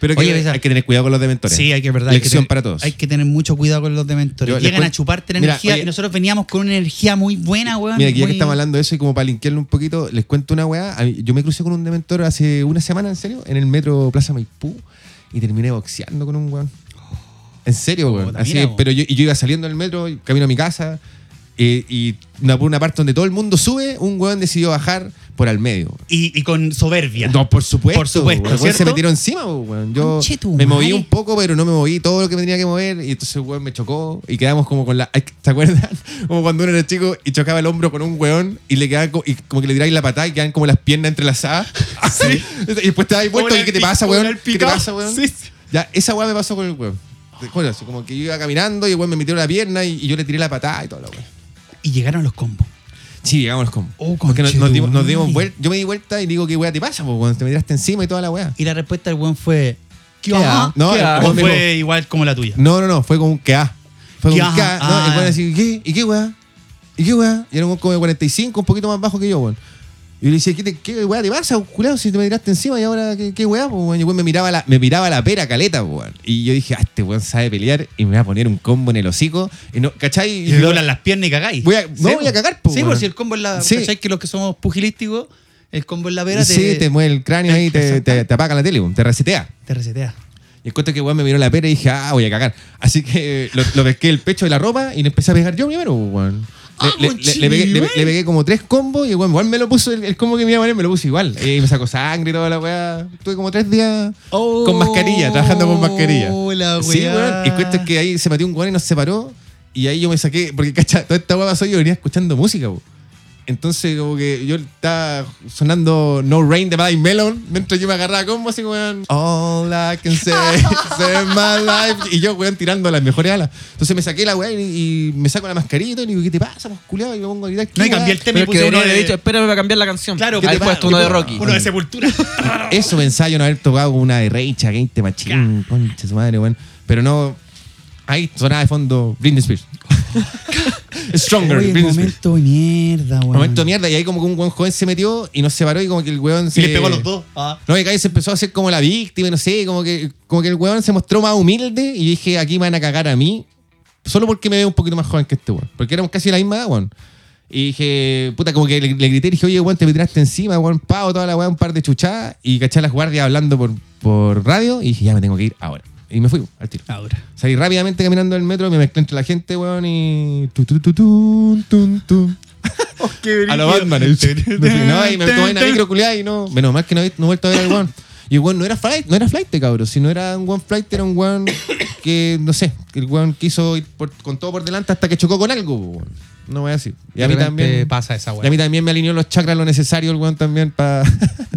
S3: Pero que
S2: Oye, César.
S3: hay que tener cuidado con los dementores.
S2: Sí, hay que, verdad. hay que
S3: Lección
S2: tener-
S3: para todos.
S2: Hay que tener mucho cuidado con los dementores.
S3: Yo les
S2: Llegan a
S3: cuento-
S2: chuparte la
S3: Mira,
S2: energía
S3: oye-
S2: y nosotros veníamos con una energía muy buena, weón.
S3: Mira, aquí ya que
S2: muy-
S3: estamos hablando de eso y como para linkearlo un poquito, les cuento una weá. A mí- Yo me crucé con un dementor hace una semana, en serio, en el metro Plaza Maipú y terminé boxeando con un weón. En serio, weón.
S2: Puta,
S3: Así,
S2: mira, weón.
S3: pero yo, y yo iba saliendo del metro, y camino a mi casa, eh, y una, por una parte donde todo el mundo sube, un weón decidió bajar por al medio.
S2: Y, y con soberbia.
S3: No, por supuesto.
S2: Por supuesto,
S3: weón. El weón
S2: ¿cierto?
S3: Se metieron encima, weón. Yo
S2: Conche tu
S3: me moví
S2: madre.
S3: un poco, pero no me moví todo lo que me tenía que mover. Y entonces el weón me chocó y quedamos como con la. ay, ¿Se acuerdan? [LAUGHS] Como cuando uno era chico y chocaba el hombro con un weón y le quedaba co- y como que le tiráis la patada y quedan como las
S2: [LAUGHS]
S3: piernas entrelazadas. Así. y después te dais vuelta
S2: Ah, Como
S3: y pues, ¿qué te
S2: el
S3: pasa,
S2: pico,
S3: weón?
S2: el
S3: ¿Qué te
S2: picado.
S3: pasa, weón?
S2: Sí, sí.
S3: Ya, esa weá me pasó con el weón. Te juro, así como que yo iba caminando y el weón me metió la pierna y, y yo le tiré la patada y todo lo weón.
S2: Y llegaron los combos.
S3: Sí, llegamos con.
S2: Oh,
S3: Porque nos, nos dimos, nos dimos
S2: conchetumare.
S3: vuelta. Yo me di vuelta y digo, ¿qué weá te pasa? po, weón? te me tiraste encima y toda la weá.
S2: Y la respuesta del weón fue. ¿Qué
S4: ¿Qué
S2: ajá?
S4: ha-
S3: No,
S4: ¿Qué
S3: el
S4: ha-
S2: O
S3: weón me dijo,
S2: fue igual como la tuya.
S3: No, no, no, fue con un KA. Fue con
S2: Ya,
S3: un KA. ¿no?
S2: ah,
S3: el weón
S2: ya.
S3: así, ¿qué? ¿Y qué weá? ¿Y qué weá? Y era un weón como de 45, un poquito más bajo que yo, weón. Y yo le decía, ¿qué, te, qué weá te pasa, culado? Si te me tiraste encima y ahora, ¿qué, qué weá? po, weón? Y el weón me miraba, la, me miraba la pera caleta, po, weón. Y yo dije, ah, este weón sabe pelear y me va a poner un combo en el hocico. Y no, ¿Cachai?
S2: Y le doblan las piernas y cagáis.
S3: Voy a- no, voy a cagar, po,
S2: Sí, por
S3: weón.
S2: si el combo es la.
S3: Sí.
S2: ¿Cachai que los que somos pugilísticos, el combo en la vera
S3: Sí,
S2: te,
S3: te mueve el cráneo ahí, te, te, te apaga la tele, weón, te resetea.
S2: te resetea.
S3: Y en cuanto que weón me miró la pera y dije, ah, voy a cagar. Así que eh, lo, lo pesqué el pecho de la ropa y le empecé a pegar yo primero, pues, weón.
S2: Ah,
S3: Le, le-
S2: conche,
S3: le- le pegué, le-
S2: weón.
S3: le pegué como tres combos y weón, igual me lo puso, el, el combo que me iba a poner me lo puso igual. Y me sacó sangre y toda la weá. Tuve como tres días
S2: Oh.
S3: con mascarilla, trabajando con mascarilla.
S2: Hola,
S3: Sí, weón. Y cuento es que ahí se metió un weón y nos separó. Y ahí yo me saqué, porque cacha, toda esta weá pasó y yo venía escuchando música, weón. Entonces, como que yo estaba sonando No Rain de Madeline Melon mientras yo me agarraba como así, weón. All I can say is in my life. Y yo, weón, tirando las mejores alas. Entonces me saqué la weón y, y me saco la mascarita y le digo, ¿qué te pasa, musculeado? Y me pongo a gritar.
S2: No, y
S3: ¿qué
S2: cambié el
S3: weá?
S2: tema
S4: Pero
S2: y
S4: es que
S2: puse uno
S4: debería haber dicho,
S2: de.
S4: espérame para cambiar la canción.
S2: Claro,
S4: Ahí
S3: ¿qué te
S4: puesto
S3: pasa?
S4: uno
S3: ¿Qué
S4: de
S3: te
S4: Rocky.
S2: Uno de sepultura.
S3: [LAUGHS] Eso pensaba yo no haber tocado con una de Reicha, Game te Machín,
S2: [LAUGHS]
S3: concha su madre, weón. Pero no. Ahí sonaba de fondo Britney Spears. Stronger.
S2: Oye,
S3: Britney Spears.
S2: momento de mierda, weón.
S3: Momento de mierda. Y ahí como que un buen joven se metió y nos separó y como que el weón se...
S2: Y le pegó a los dos. Ah.
S3: No, y acá se empezó a hacer como la víctima y no sé, como que, como que el weón se mostró más humilde y yo dije, aquí me van a cagar a mí. Solo porque me veo un poquito más joven que este weón. Porque éramos casi la misma edad, weón. Y dije, puta, como que le, le grité y dije, oye, weón, te me tiraste encima, weón, pavo, toda la weón, un par de chuchadas. Y caché a las guardias hablando por, por radio y dije, ya me tengo que ir ahora. Y me fui al tiro.
S2: Ahora.
S3: Salí rápidamente caminando del metro, me mezclé entre la gente, weón, y. tu, tu, tu, tun, tun, tun. a los
S2: [LAUGHS]
S3: Batman. el- no, y me tomé una micro culiada y no. Menos mal que no he, no he vuelto a ver al weón. Y el weón no era flight, no era flight, cabrón. Si no era un weón flight, era un weón que, no sé, que el weón quiso ir por- con todo por delante hasta que chocó con algo, weón. No voy a decir. Y a mí también.
S5: pasa
S3: y
S5: esa
S3: a
S5: weá.
S3: mí también me alineó los chakras lo necesario el weón también
S4: [LAUGHS]
S3: para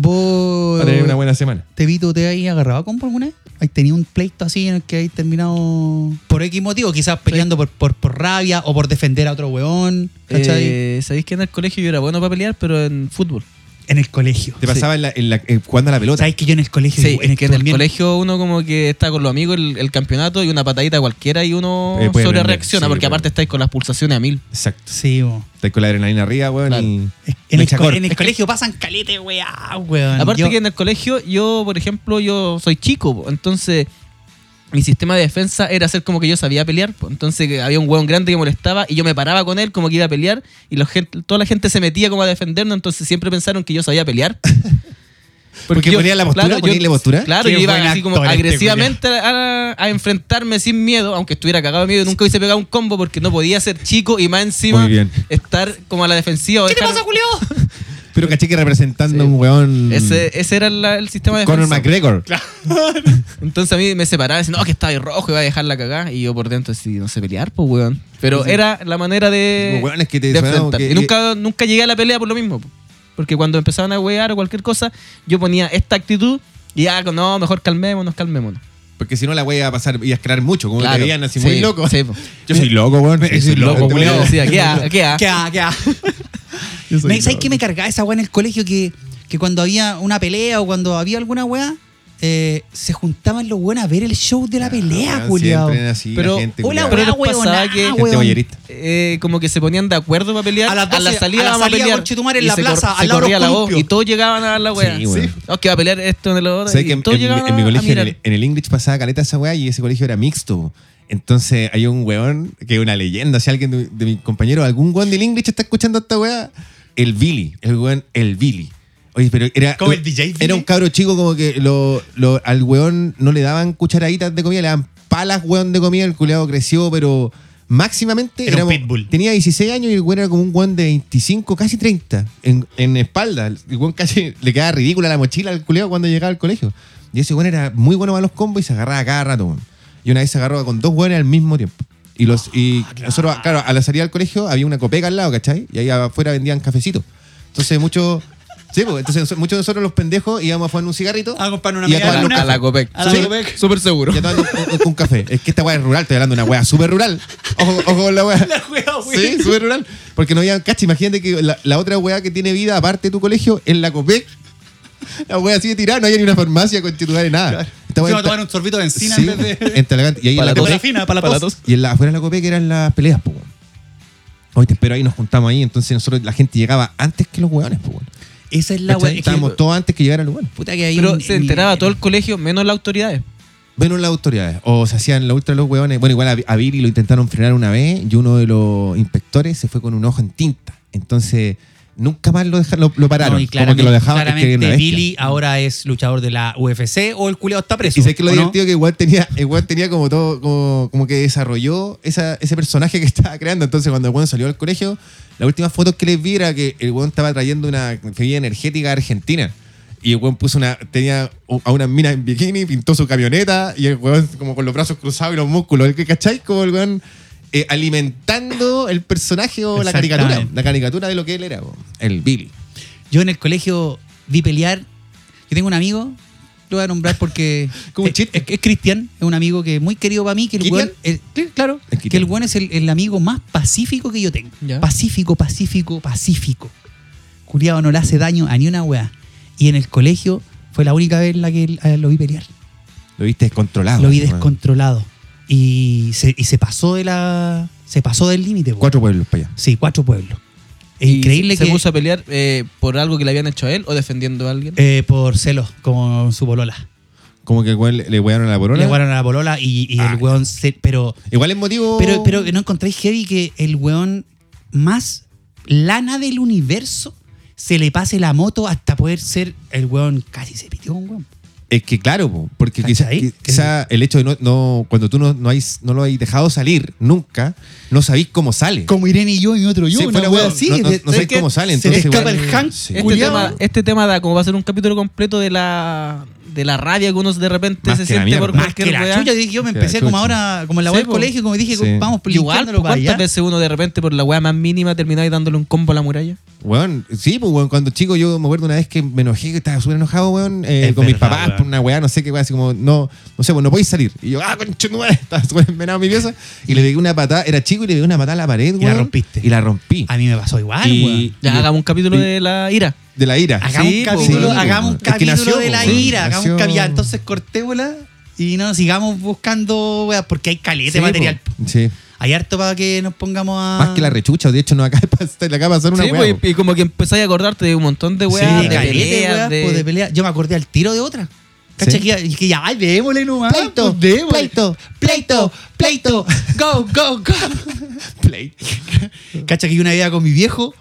S2: Vos.
S3: tener una buena semana.
S2: ¿Te vi tú te ahí agarrado a compo alguna vez? ¿Has tenido un pleito así en el que hay terminado por X motivo? Quizás peleando por, por, por rabia o por defender a otro weón. ¿Cachai?
S4: Eh, Sabéis que en el colegio yo era bueno para pelear, pero en fútbol.
S2: en el colegio.
S3: Te pasaba en la, en la- en- jugando a la pelota.
S2: ¿Sabes que yo en el colegio?
S4: Sí,
S2: en el
S4: que en el
S2: también-
S4: colegio uno como que está con los amigos el, el campeonato y una patadita cualquiera y uno
S3: Eh, puede
S4: sobre
S3: prender,
S4: reacciona
S3: sí,
S4: porque
S3: puede
S4: aparte
S3: prender.
S4: estáis con las pulsaciones a mil.
S3: Exacto.
S2: Sí, bo.
S3: Estás con la adrenalina arriba, weón.
S4: Claro.
S3: y-
S2: En el,
S3: Mecha
S2: co-
S3: corta.
S2: en el colegio pasan calete, weá, weón.
S4: Aparte
S2: Yo-
S4: que en el colegio yo, por ejemplo, yo soy chico, po, entonces mi sistema de defensa era hacer como que yo sabía pelear, po. entonces que había un hueón grande que molestaba y yo me paraba con él como que iba a pelear y los gen- toda la gente se metía como a defendernos, entonces siempre pensaron que yo sabía pelear.
S3: [LAUGHS] Porque ponía la postura, poníale postura.
S4: Claro,
S2: Qué
S4: yo iba
S2: buen
S4: así como
S2: actor este
S4: agresivamente a, a enfrentarme sin miedo, aunque estuviera cagado de miedo y nunca hubiese pegado un combo porque no podía ser chico y más encima
S3: Muy bien.
S4: estar como a la defensiva. o
S2: ¿Qué te
S4: dejar-
S2: pasa, Julio?
S3: Pero caché que representando a
S4: Sí.
S3: un weón.
S4: Ese, ese era la- el sistema de
S3: Conor
S4: defensa.
S3: McGregor.
S4: Entonces a mí me separaba diciendo, no, que estaba ahí rojo y va a dejarla cagada. Y yo por dentro, sí, no sé pelear, pues, weón. Pero era la manera de.
S3: Como, weón, es que te
S4: de
S3: sonaba
S4: enfrentar.
S3: que-
S4: Y nunca, nunca llegué a la pelea por lo mismo. po. Porque cuando empezaban a wear o cualquier cosa, yo ponía esta actitud y ya, no, mejor calmémonos, calmémonos.
S3: Porque si no, la wea va a pasar y a crear mucho. Como
S4: Claro.
S3: te veían así
S4: Sí,
S3: muy loco. [LAUGHS]
S4: sí, po.
S3: Yo soy loco, weón. Yo
S5: soy loco,
S3: este
S5: culiao.
S4: Yo
S3: weón.
S4: decía, ¿qué ha- qué ha?
S2: ¿Qué ha-
S4: [LAUGHS]
S2: qué ha?
S3: Yo soy
S2: Me, ¿Sabes
S3: loco.
S2: qué me cargaba esa weá en el colegio? Que, que cuando había una pelea o cuando había alguna weá, eh, se juntaban los weones a ver el show de la pelea,
S3: Weón,
S2: culiao.
S3: siempre Ah, así, la
S4: Pero-
S3: gente,
S2: Hola,
S3: culiao.
S4: Pero
S2: weá,
S4: nos pasaba
S2: weoná,
S4: que- Gente
S3: Gente
S2: weón.
S3: boyerista.
S4: ah, Eh, como que se ponían de acuerdo para pelear.
S2: A las 12, a la
S4: vamos
S2: salida, conchetumare, en
S4: Y
S2: la
S4: se cor-
S2: plaza,
S4: se
S2: al lado de
S4: corría
S2: los
S4: la voz.
S2: columpios.
S4: Y todos llegaban a la wea.
S3: Sí, weón.
S4: No, que va a pelear esto en el otro.
S3: ¿Sabes
S4: Y
S3: que en,
S4: todos
S3: en mi-
S4: llegaban
S3: en mi
S4: a- a
S3: colegio, en
S4: mirar.
S3: el, en el English, pasaba caleta esa weá y ese colegio era mixto. Entonces hay un weón que es una leyenda. Si alguien de, de mis compañeros, algún weón del English está escuchando esta weá, el Billy. El weón, el Billy. Oye, pero era.
S5: ¿Cómo el DJ Billy?
S3: Era un cabro chico como que lo, lo- al weón no le daban cucharaditas de comida, le daban palas, weón, de comida. El culeado creció, pero máximamente.
S5: Era un
S3: éramos-
S5: pitbull.
S3: Tenía 16 años y el weón era como un weón de 25, casi 30, en, en espalda. El weón casi le quedaba ridícula la mochila al culeado cuando llegaba al colegio. Y ese weón era muy bueno para los combos y se agarraba cada rato, weón. Y una vez se agarró con dos weones al mismo tiempo. Y, los, y
S2: Ah,
S3: nosotros, claro, a la salida del colegio había una copeca al lado, ¿cachai? Y ahí afuera vendían cafecitos. Entonces, muchos. Sí, pues, entonces noso- muchos de nosotros los pendejos íbamos a fumar un cigarrito
S2: A comprar Ah, una
S3: y a
S2: media
S4: A
S3: tomar
S4: la-
S3: un
S2: luna.
S4: a la
S3: café.
S4: Copec.
S2: A la
S4: Sí,
S2: Copec.
S4: Súper seguro.
S3: [LAUGHS] Y a tomar un, un- un café. Es que esta weá es rural, estoy hablando de una weá súper rural. Ojo, ojo con
S2: [LAUGHS]
S3: la weá. Sí, súper rural. Porque no había cacha. Imagínate que la, la otra weá que tiene vida, aparte de tu colegio, es la Copec. La weá sigue tirada, no hay ni una farmacia con titulares, nada. Esta
S2: Se
S3: weá
S2: va a
S3: está-
S2: tomar un sorbito de encina
S3: Sí,
S2: en vez de.
S3: en Talagante. Y ahí en
S4: Para
S3: la
S4: la
S3: Copec.
S2: Para fina, para la
S4: Para la
S2: tos.
S4: tos.
S3: Y en la, afuera de la Copec eran las peleas, pues. Hoy te espero ahí, nos juntamos ahí. Entonces nosotros la gente llegaba antes que los weones, pues.
S2: Esa es la weá.
S3: ¿Cachai?
S2: Es que-
S3: Estábamos todos antes que llegara el lugar.
S2: Puta que ahí
S4: Pero
S2: un-
S4: se
S2: un-
S4: enteraba todo el colegio, menos las autoridades.
S3: Bueno, las autoridades. O se hacían la ultra los hueones. Bueno, igual a, a Billy lo intentaron frenar una vez y uno de los inspectores se fue con un ojo en tinta. Entonces, nunca más lo dejaron, lo, lo pararon.
S2: No, y
S3: Como que lo dejaban es que era
S2: claramente
S3: una bestia.
S2: Billy ahora es luchador de la UFC o el culiado está preso.
S3: Y sé que lo
S2: ¿o no?
S3: divertido que igual tenía, igual tenía como todo, como, como que desarrolló esa, ese personaje [LAUGHS] que estaba creando. Entonces, cuando el weón salió al colegio, las últimas fotos que les vi era que el weón estaba trayendo una bebida energética argentina. Y el weón puso una, tenía a una mina en bikini, pintó su camioneta y el weón como con los brazos cruzados y los músculos. ¿El que cacháis? Como el weón eh, alimentando el personaje o la caricatura.
S2: Exactamente.
S3: La caricatura de lo que él era, weón. el Billy.
S2: Yo en el colegio vi pelear. Yo tengo un amigo, lo voy a nombrar porque.
S3: [LAUGHS] Como un
S2: es-
S3: chiste.
S2: Es, es Cristian, es un amigo que es muy querido para mí. Que el
S3: ¿Cristian?
S2: weón, el- sí, claro,
S3: Es
S2: que el
S3: Cristian.
S2: weón es el, el amigo más pacífico que yo tengo.
S4: Ya.
S2: Pacífico, pacífico, pacífico. Juliado no le hace daño a ni una weá. Y en el colegio fue la única vez en la que él- a él lo vi pelear. Ah,
S3: Lo viste descontrolado.
S2: lo vi
S3: weón.
S2: descontrolado. Y se, y se pasó de la. Se pasó del límite. po.
S3: Cuatro pueblos para allá.
S2: Sí, cuatro pueblos. Es
S4: Y
S2: increíble
S4: se
S2: que...
S4: puso a pelear eh, por algo que le habían hecho a él o defendiendo a alguien.
S2: eh, por celos con su bolola.
S3: Como que el weón le, le wearon a la polola.
S2: Le jugaron a la bolola y, y
S3: Ah,
S2: el weón se... Pero,
S3: Igual es motivo.
S2: pero, pero no encontráis heavy que el weón más lana del universo se le pase la moto hasta poder ser el weón casi se pitió un weón.
S3: Es que claro, po, porque quizá,
S2: ¿Cachai?
S3: qui- quizá el hecho de no, no- cuando tú no, no, hay, no lo hay dejado salir nunca, no sabéis cómo sale.
S2: Como Irene y yo y otro
S3: Sí, fue la wea, no, no, no sabéis cómo sale.
S2: se le
S3: entonces
S2: escapa
S3: igual-
S2: el Hank,
S3: sí.
S4: Este
S2: culiao.
S4: tema, este tema da como va a ser un capítulo completo de la, de la rabia que uno de repente
S3: Más
S4: se
S3: que la
S4: siente
S3: mierda.
S4: por
S2: Más que
S4: cualquier
S2: la
S4: weá.
S2: chucha, dije, yo me
S3: Que la
S2: empecé como
S3: chucha.
S2: ahora, como en la
S4: Sí,
S2: web del
S4: po.
S2: colegio, como dije,
S3: Sí.
S2: vamos
S4: Igual,
S2: linchándolo
S4: po,
S2: para
S4: ¿cuántas
S2: allá.
S4: veces uno de repente por la weá más mínima termináis dándole un combo a la muralla?
S3: Weón, sí, pues weón, cuando chico yo me acuerdo una vez que me enojé, que estaba súper enojado, weón, eh,
S2: Es
S3: con mis
S2: verdad,
S3: papás
S2: weón.
S3: por una weá, no sé qué weá, así como, no, no sé, pues no podéis salir. Y yo, ah, concho, no, [LAUGHS] estaba súper envenenado en mi pieza. Y le pegué una patada, era chico y le pegué una patada a la pared, weón.
S2: la rompiste.
S3: Y la rompí.
S2: A mí me pasó igual,
S3: Y-
S2: weón.
S4: Ya
S3: Y-
S4: hagamos un capítulo
S3: y-
S4: de la ira.
S3: De la ira.
S2: Hagamos
S4: Sí,
S2: un
S4: po,
S2: capítulo,
S4: weón.
S2: hagamos un
S3: Es que
S2: capítulo
S3: nació,
S2: de la
S3: po,
S2: ira, hagamos un
S3: nació-
S2: capítulo. Entonces cortémosla y no sigamos buscando, weón, porque hay caleta de
S3: Sí,
S2: material. po.
S3: po. Sí.
S2: Hay harto para que nos pongamos a.
S3: Más que la rechucha, de hecho, no acaba de pasar, le acaba de pasar una
S4: Sí,
S3: weá,
S4: pues,
S3: po.
S4: y, y como que empezáis a acordarte de un montón de
S2: Sí,
S4: weas, de
S2: caleta de
S4: peleas,
S2: weas,
S4: de...
S2: po, de pelea. Yo me acordé al tiro de otra. ¿Cachai?
S3: Sí.
S2: Que, ya- que ya, ay, démosle nomás.
S3: Pleito,
S2: pues, démosle.
S3: pleito,
S2: pleito, pleito, go, go, go. [LAUGHS]
S3: Play.
S2: Cacha que yo una idea con mi viejo.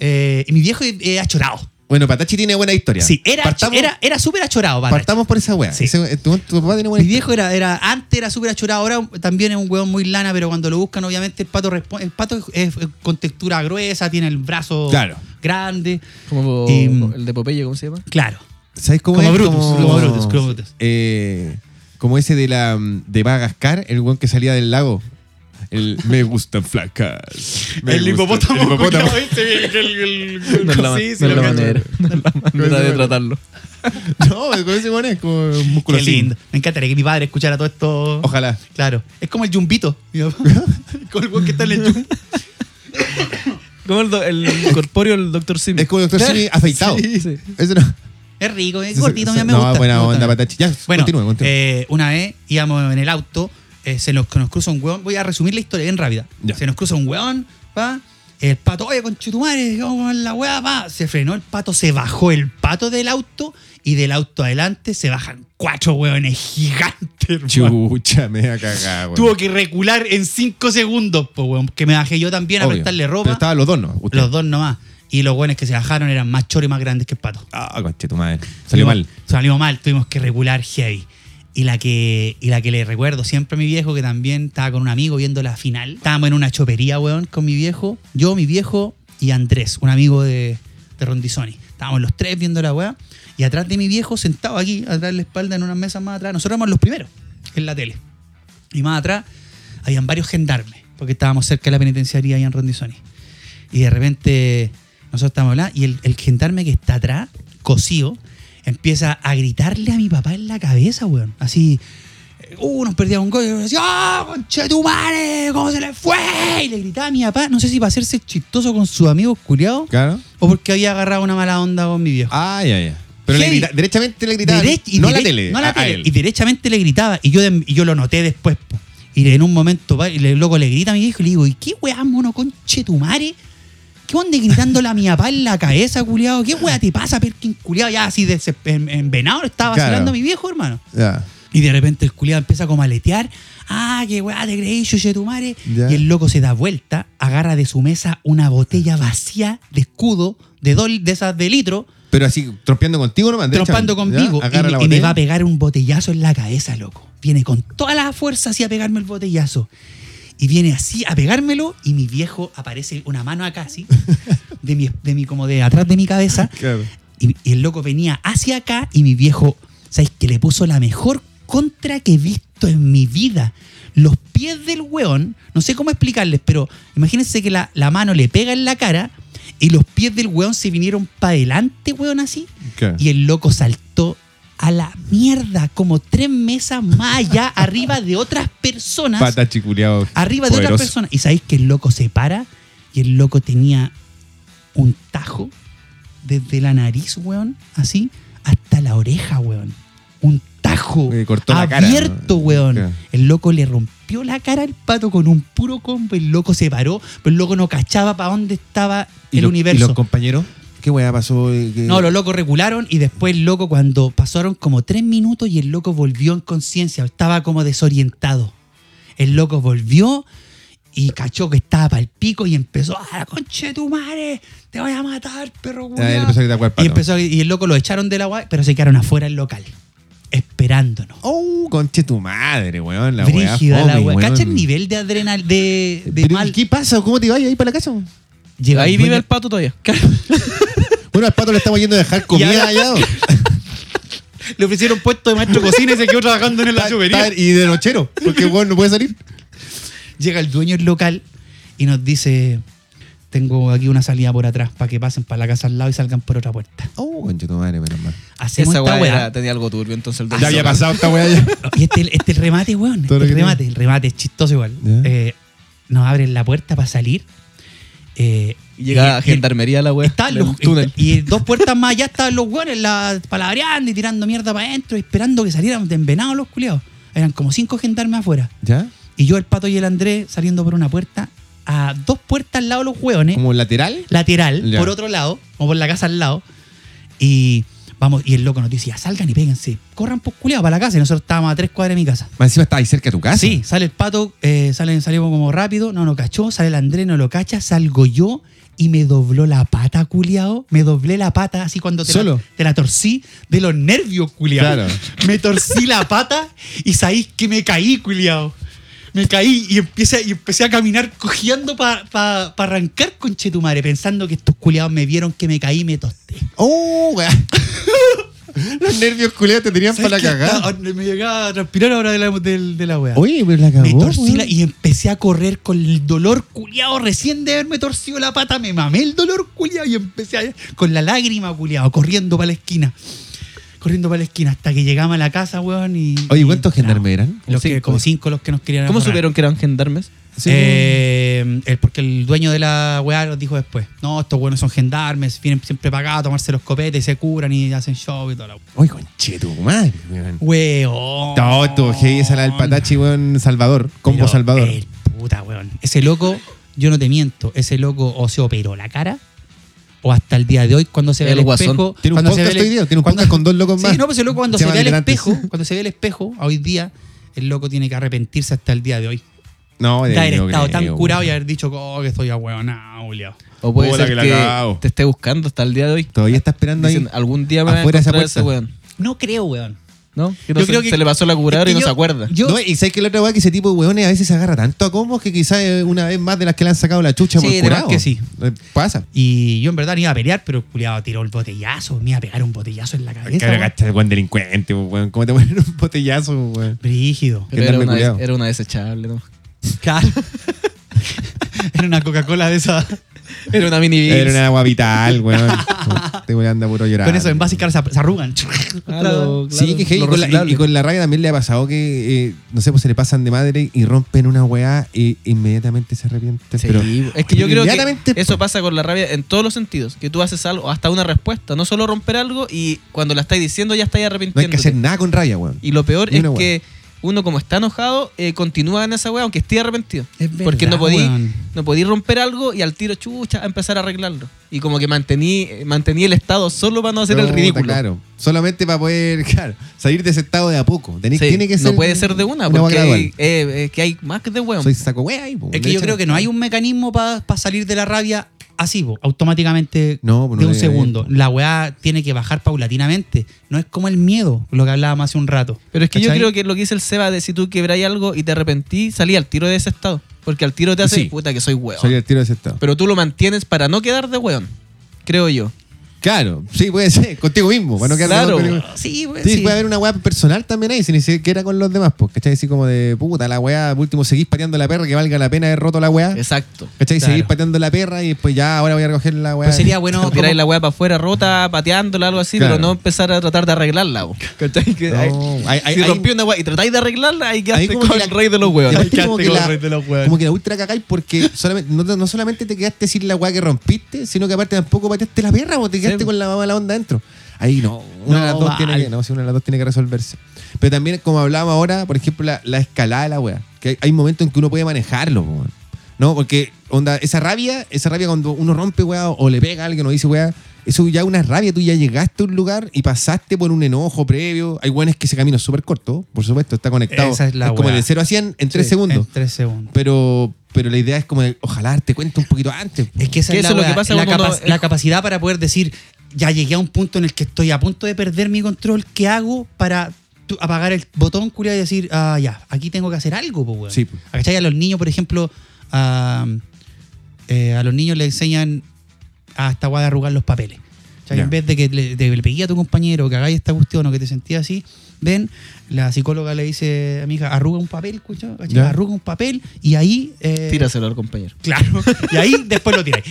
S2: eh, y mi viejo era achorado.
S3: Bueno, Patachi tiene buena historia.
S2: Sí, era,
S3: partamos,
S2: era, era súper achorado. Batachi.
S3: partamos por esa weá.
S2: Sí.
S3: Ese- tu, tu papá tiene buena
S2: Mi
S3: historia.
S2: viejo era, era antes era súper achorado, ahora también es un huevón muy lana, pero cuando lo buscan, obviamente el pato responde. El pato es, es con textura gruesa, tiene el brazo
S3: Claro.
S2: grande.
S4: Como
S2: Y-
S4: el de Popeye, ¿cómo se llama?
S2: Claro.
S3: ¿Sabes cómo
S2: Como
S3: es?
S2: Brutus, como Brutus, como Brutus.
S3: eh, como ese de la de Madagascar, el weón que salía del lago. El me gustan
S2: [LAUGHS]
S3: flacas. me
S2: el
S3: gustan-
S2: hipopótamo.
S3: el hipopótamo.
S2: [LAUGHS] culiao, ¿viste? El- el-
S3: [LAUGHS]
S2: el-
S4: No es la,
S2: [LAUGHS] sí, sí,
S4: no es
S2: lo
S4: la
S2: cacho. [LAUGHS]
S4: manera, no es la manera de tratarlo.
S3: No, con ese weón es como un músculo
S2: Qué
S3: así.
S2: lindo. Me encantaría que mi padre escuchara todo esto.
S3: Ojalá.
S2: Claro. Es como el yumbito. mi
S3: [LAUGHS]
S2: papá. Con el huevón que está en el yum.
S4: Como el, do- [LAUGHS] el corpóreo del Dr. Simi.
S3: Es como el doctor [LAUGHS] Simi afeitado.
S4: Sí, sí.
S3: Ese no.
S2: Es rico, es gordito, mira,
S3: Ese-
S2: me
S3: no,
S2: gusta. me
S3: buena
S2: gusta.
S3: onda, patachi. Ya,
S2: Bueno,
S3: continúe, continúe. [LAUGHS]
S2: eh, una vez íbamos en el auto, eh, se nos, nos cruza un hueón. Voy a resumir la historia bien rápida.
S3: Ya.
S2: Se nos cruza un hueón, va. El pato, oye, conchetumare, vamos a la hueá, va. Se frenó el pato, se bajó el pato del auto y del auto adelante se bajan cuatro hueones gigantes, hermano.
S3: Chucha, me ha cagado.
S2: Tuvo que recular en cinco segundos, pues, hueón, que me bajé yo también a prestarle
S3: Pero
S2: ropa.
S3: estaban los dos, ¿no? Usted.
S2: Los dos nomás. Y los hueones que se bajaron eran más choros y más grandes que el pato.
S3: Ah, conche tu madre. Salió mal.
S2: Tuvimos- Salimos mal, tuvimos que regular heavy. Y la que, y la que le recuerdo siempre a mi viejo, que también estaba con un amigo viendo la final. Estábamos en una chopería, weón, con mi viejo. Yo, mi viejo y Andrés, un amigo de, de Rondizoni. Estábamos los tres viendo la weá. Y atrás de mi viejo, sentado aquí, atrás de la espalda, en unas mesas más atrás. Nosotros éramos los primeros en la tele. Y más atrás habían varios gendarmes, porque estábamos cerca de la penitenciaría ahí en Rondizoni. Y de repente nosotros estamos hablando y el, el gendarme que está atrás, cosido, empieza a gritarle a mi papá en la cabeza, weón. Así, uh, nos perdíamos un gol. Y decía, ¡ah, conchetumare! ¿Cómo se le fue? Y le gritaba a mi papá, no sé si para hacerse chistoso con sus amigos culiados
S3: Claro.
S2: o porque había agarrado una mala onda con mi viejo.
S3: Ah, ya, ya. Pero le
S2: Heavy.
S3: grita- derechamente le gritaba.
S2: Derech- y
S3: no a la
S2: derech-
S3: tele.
S2: no a la tele.
S3: él.
S2: Y derechamente le gritaba. Y yo, de- y yo lo noté después. po. Y en un momento, va, y le- el loco le grita a mi hijo y le digo, ¿y qué weá, mono, conche tu madre? ¿Qué onda gritándole a mi papá en la cabeza, culiado? ¿Qué weá te pasa, Perkin, culiado? Ya así desesper- en- envenado le estaba
S3: Claro.
S2: vacilando a mi viejo, hermano.
S3: Ya.
S2: Y de repente el culiado empieza como a aletear. Ah, qué weá te creí, chuche tu madre.
S3: Ya.
S2: Y el loco se da vuelta, agarra de su mesa una botella vacía de escudo, de, dol- de esas de litro,
S3: Pero así, trompeando contigo nomás.
S2: trompando
S3: derechamente, ¿ya?
S2: conmigo y,
S3: Agarra
S2: me-
S3: la
S2: y me
S3: botella.
S2: va a pegar un botellazo en la cabeza, loco. Viene con toda la fuerza así a pegarme el botellazo. Y viene así a pegármelo y mi viejo aparece una mano acá
S3: [LAUGHS]
S2: así, de mi, de mi, como de atrás de mi cabeza.
S3: Claro.
S2: Y, y el loco venía hacia acá y mi viejo, ¿sabes? Que le puso la mejor contra que he visto en mi vida. Los pies del weón, no sé cómo explicarles, pero imagínense que la, la mano le pega en la cara y los pies del weón se vinieron para adelante, weón, así.
S3: Claro.
S2: Y el loco saltó a la mierda, como tres mesas más allá, [LAUGHS] arriba de otras personas.
S3: Pata chiculeado.
S2: arriba de otras
S3: poderoso.
S2: personas. Y sabéis que el loco se para y el loco tenía un tajo desde la nariz, weón, así, hasta la oreja, weón. Un tajo.
S3: Le eh, cortó la cara,
S2: abierto,
S3: ¿no?
S2: weón.
S3: Claro.
S2: El loco le rompió la cara al pato con un puro combo. El loco se paró, pero el loco no cachaba para dónde estaba el
S3: lo-
S2: universo.
S3: ¿Y los compañeros? ¿Qué weá pasó? Eh, que-
S2: No, los locos regularon y después el loco, cuando pasaron como tres minutos y el loco volvió en conciencia, estaba como desorientado. El loco volvió y cachó que estaba para el pico y empezó, ¡ah, conche tu madre! ¡Te voy a matar, perro
S3: Ah, él
S2: culiao".
S3: empezó a gritar cual
S2: y,
S3: pato.
S2: empezó a- y el loco lo echaron del agua, pero se quedaron afuera del local, esperándonos.
S3: ¡Oh, conche tu madre, weón! La weá
S2: Brígida
S3: fome,
S2: la weá.
S3: weón.
S2: ¿Cacha el nivel de adrenal de, de
S3: Pero, ¿y
S2: mal?
S3: ¿Qué pasa? ¿Cómo te vas ahí para la casa?
S2: Llega
S4: Ahí
S2: el
S4: vive
S2: dueño-
S4: el pato todavía. [LAUGHS]
S3: Bueno, al pato le estamos yendo
S2: [LAUGHS]
S3: a dejar comida
S2: ahora-
S3: allá.
S2: Le ofrecieron puesto de maestro cocina y se quedó trabajando en
S3: Ta- ta- y de nochero, porque weón no puede salir.
S2: Llega el dueño del local y nos dice, tengo aquí una salida por atrás para que pasen para la casa al lado y salgan por otra puerta.
S3: ¡Oh, conche tu madre, menos mal!
S2: Hacemos
S4: Esa
S2: esta
S4: weá
S2: weá.
S4: era- tenía algo turbio, entonces el
S3: Ya había pasado esta weá ya.
S2: Y este es el remate, weón.
S3: Todo
S2: Este
S3: lo
S2: el
S3: que
S2: remate, el remate es chistoso igual.
S3: Ya.
S2: Eh, nos abren la puerta para salir. eh,
S4: Y llegaba
S2: y-
S4: gendarmería la
S2: y-
S4: weá.
S2: estaban
S4: en
S2: los-
S4: el túnel.
S2: y dos puertas más allá estaban los weones la- palabreando y tirando mierda para adentro, esperando que salieran de envenados los culiados. Eran como cinco gendarmes afuera.
S3: ¿Ya?
S2: Y yo, el pato y el Andrés saliendo por una puerta, a dos puertas al lado de los hueones.
S3: ¿Eh? ¿Como lateral?
S2: lateral,
S3: Ya.
S2: por otro lado, o por la casa al lado, y vamos, y el loco nos dice, ya salgan y péguense, corran por culeado para la casa, y nosotros estábamos a tres cuadras de mi casa.
S3: Más encima está ahí cerca de tu casa.
S2: Sí, sale el pato, eh, salen, salimos como rápido, no nos cachó, sale el Andrés, no lo cacha, salgo yo y me dobló la pata, culiao. Me doblé la pata así cuando te,
S3: ¿Solo?
S2: La, te la torcí de los nervios, culiao.
S3: Claro.
S2: Me torcí la pata y sabéis que me caí, culiao. Me caí y empecé, y empecé a caminar cojeando para arrancar con Chetumare, pensando que estos culiados me vieron que me caí y me tosté.
S3: ¡Oh, weá! [LAUGHS] Los nervios culiados te tenían para la
S2: ¿Sabes qué?
S3: cagada.
S2: Ah, Me llegaba a transpirar ahora de la, del- de la wea.
S3: Oye, pero la cagó.
S2: Me torcí la-
S3: weón.
S2: y empecé a correr con el dolor culiado. Recién de haberme torcido la pata, me mamé el dolor culiado y empecé a- con la lágrima culiado, corriendo para la esquina. Corriendo para la esquina hasta que llegamos a la casa, weón. Y,
S3: Oye,
S2: y
S3: ¿cuántos
S2: entramos.
S3: gendarmes eran?
S2: Los que-
S3: Cinco.
S2: como cinco los que nos querían
S4: ¿Cómo
S2: amarrar.
S4: supieron que eran gendarmes?
S3: Sí.
S2: Eh, el- porque el dueño de la weá nos dijo después: No, estos weones son gendarmes, vienen siempre pagados a tomarse los copetes, se curan y hacen show y toda la weá.
S3: Oye, conche tu madre, weón.
S2: Weón.
S3: No, estuvo heavy esa la del patachi, weón, Salvador. Combo
S2: Oh. Pero,
S3: Salvador.
S2: eh, puta, weón. Ese loco, yo no te miento, ese loco o se operó la cara o hasta el día de hoy cuando se ve
S4: El
S2: el,
S4: guasón.
S2: espejo.
S3: Tiene un
S2: cuando se
S3: podcast
S2: ve el-
S3: hoy día, tiene un
S2: cuando-
S3: podcast con dos locos más.
S2: Sí, no, pues el loco cuando se,
S3: llama
S2: ve el
S3: Liderantes.
S2: espejo, cuando se ve el espejo, a hoy día, el loco tiene que arrepentirse hasta el día de hoy.
S3: No,
S2: De haber
S3: yo
S2: estado
S3: creo,
S2: tan
S3: weón.
S2: curado y haber dicho, oh, que estoy a Julio.
S4: O puede
S3: Puta
S4: ser
S3: que la
S4: que
S3: cago.
S4: te esté buscando hasta el día de hoy.
S3: Todavía está esperando ahí.
S4: Dicen, algún día me va a
S3: afuera esa
S4: encontrar ese
S3: puerta.
S4: weón.
S2: No creo, weón.
S4: ¿No? Que
S2: Yo
S4: no se,
S2: creo que-
S4: se le pasó la
S2: Es
S4: curadora y
S2: que
S4: no
S2: yo-
S4: se acuerda.
S2: Yo,
S3: No, y sabes que la otra weá que ese tipo de weones a veces se agarra tanto a combos que quizás eh, una vez más de las que le han sacado la chucha
S2: Sí,
S3: por
S2: de
S3: curado.
S2: más que sí.
S3: Eh, Pasa.
S2: y yo en verdad no iba a pelear, pero el culiado tiró el botellazo, me iba a pegar un botellazo en la cabeza.
S3: Cabrón,
S2: weón.
S3: cacha, weón delincuente, pues, weón. ¿Cómo te ponen un botellazo, pues, weón?
S2: Brígido.
S3: [LAUGHS]
S4: Pero
S3: Gendarme
S4: era una,
S3: culiao.
S4: era una desechable, ¿no? [LAUGHS]
S2: Claro. [LAUGHS] Era una Coca-Cola de esa.
S4: Era una mini Beats.
S3: Era una agua vital, weón. [LAUGHS] Te voy a andar puro llorar.
S2: Con eso en base y cara se se arrugan.
S4: Ah, lo-
S3: Sí,
S4: claro,
S3: que heavy.
S4: lo
S3: Y con, la, y-
S4: reciclable.
S3: y con la rabia también le ha pasado que, eh, no sé, pues se le pasan de madre y rompen una weá e inmediatamente se arrepienten.
S4: Sí,
S3: pero
S4: es que yo creo
S3: inmediatamente-
S4: que eso pasa con la rabia en todos los sentidos. Que tú haces algo, hasta una respuesta, no solo romper algo y cuando la estáis diciendo ya estáis
S3: no hay que
S4: arrepintiendo.
S3: hacer nada con rabia, weón.
S4: Y lo peor
S3: Ni
S4: es
S3: una weá.
S4: que uno como está enojado eh, continúa en esa weá aunque esté arrepentido.
S2: Es verdad,
S4: Porque no podí,
S2: weón.
S4: no podí romper algo y al tiro chucha a empezar a arreglarlo. Y como que mantení, eh, mantení el estado solo para no hacer el
S3: Puta,
S4: ridículo.
S3: Claro, solamente para poder [LAUGHS] claro, salir de ese estado de a poco. Tenés-
S4: Sí,
S3: tiene que ser
S4: no puede ser de una,
S3: weá
S4: porque
S3: gradual.
S4: hay, eh, eh, que hay más que de weón.
S3: Soy saco weá ahí, po.
S2: Es
S3: Le
S2: que yo
S3: echan-
S2: creo que no hay un mecanismo para salir de la rabia así, po, automáticamente
S3: No, pues
S2: de
S3: no
S2: un
S3: debe haber,
S2: segundo.
S3: po.
S2: La weá tiene que bajar paulatinamente. No es como el miedo, lo que hablábamos hace un rato.
S4: Pero es que yo
S2: ¿Cachai?
S4: creo que lo que dice el Seba de si tú quebráis algo y te arrepentí, salí al tiro de ese estado. Porque al tiro te hace
S3: Sí.
S4: puta que soy weón.
S3: Salir al tiro de ese estado.
S4: Pero tú lo mantienes para no quedar de weón. Creo yo.
S3: Claro, sí, puede ser. [LAUGHS] Contigo mismo. Para no quedar
S4: Claro.
S3: con-
S2: Sí, pues,
S3: Sí,
S2: sí.
S3: puede haber una weá personal también ahí, si ni siquiera con los demás, pues, ¿cachai? Así como de puta, la weá, por último seguís pateando la perra, que valga la pena haber roto la weá.
S4: Exacto.
S3: ¿Cachai?
S2: Claro.
S3: Seguís pateando la perra y pues ya, ahora voy a recoger la
S4: Pues
S3: weá.
S2: Pero sería bueno como-
S4: [LAUGHS] Tiráis la weá para afuera rota, pateándola, algo así,
S3: Claro.
S4: pero no empezar a tratar de arreglarla. bo. [LAUGHS] ¿Cachai? Que
S3: No,
S4: hay-
S3: hay- hay-
S4: si
S3: hay-
S4: rompí una weá y tratáis de arreglarla, ahí
S3: Ahí
S4: quedaste
S3: como
S4: con
S3: que
S4: el
S3: la-
S4: rey [LAUGHS] de los
S3: Y
S4: weones.
S3: aparte como
S2: Quedaste
S3: que
S2: con
S3: la-
S2: el rey de los weones.
S3: Como que la ultra cagáis porque solamente, no, no solamente te quedaste sin la weá que rompiste, sino que aparte tampoco pateaste la perra, vos te quedaste
S4: Sí.
S3: con la mala onda adentro. Ahí no, una, de las
S2: No,
S3: dos
S2: mal.
S3: tiene que, no, sí, una de las dos tiene que resolverse. Pero también, como hablábamos ahora, por ejemplo, la, la escalada de la wea. Que hay, hay momentos en que uno puede manejarlo, po, weón. ¿no? Porque, onda, esa rabia, esa rabia cuando uno rompe, weá, o le pega a alguien o dice, weá, eso ya es una rabia. Tú ya llegaste a un lugar y pasaste por un enojo previo. Hay weones que ese camino es súper corto, por supuesto, está conectado.
S2: Esa es la
S3: como
S2: weá.
S3: de 0 a 100 en 3
S2: Sí, eh.
S3: segundos.
S2: En tres segundos.
S3: Pero, pero la idea es como, de, ojalá te cuente un poquito antes. po.
S2: Es que esa
S4: Que
S2: es, la,
S4: eso es lo
S2: weá,
S4: que pasa
S2: la,
S4: cuando
S2: capa-
S4: uno-
S2: la capacidad para poder decir, ya llegué a un punto en el que estoy a punto de perder mi control, ¿qué hago para tu- apagar el botón, culiao, y decir, ah, ya, aquí tengo que hacer algo, po, weón?
S3: Sí, po.
S2: ¿Cachai? A los niños, por ejemplo, a, eh, a los niños le enseñan a esta weá de arrugar los papeles. ¿Cachai?
S3: Ya.
S2: En vez de que le, de- le pegué a tu compañero que hagáis esta cuestión o que te sentías así, ven, la psicóloga le dice a mi hija, arruga un papel, culiao, ¿cachai?
S3: Ya.
S2: arruga un papel y ahí... eh,
S4: Tíraselo al compañero.
S2: [LAUGHS] Claro. Y ahí después lo tiráis.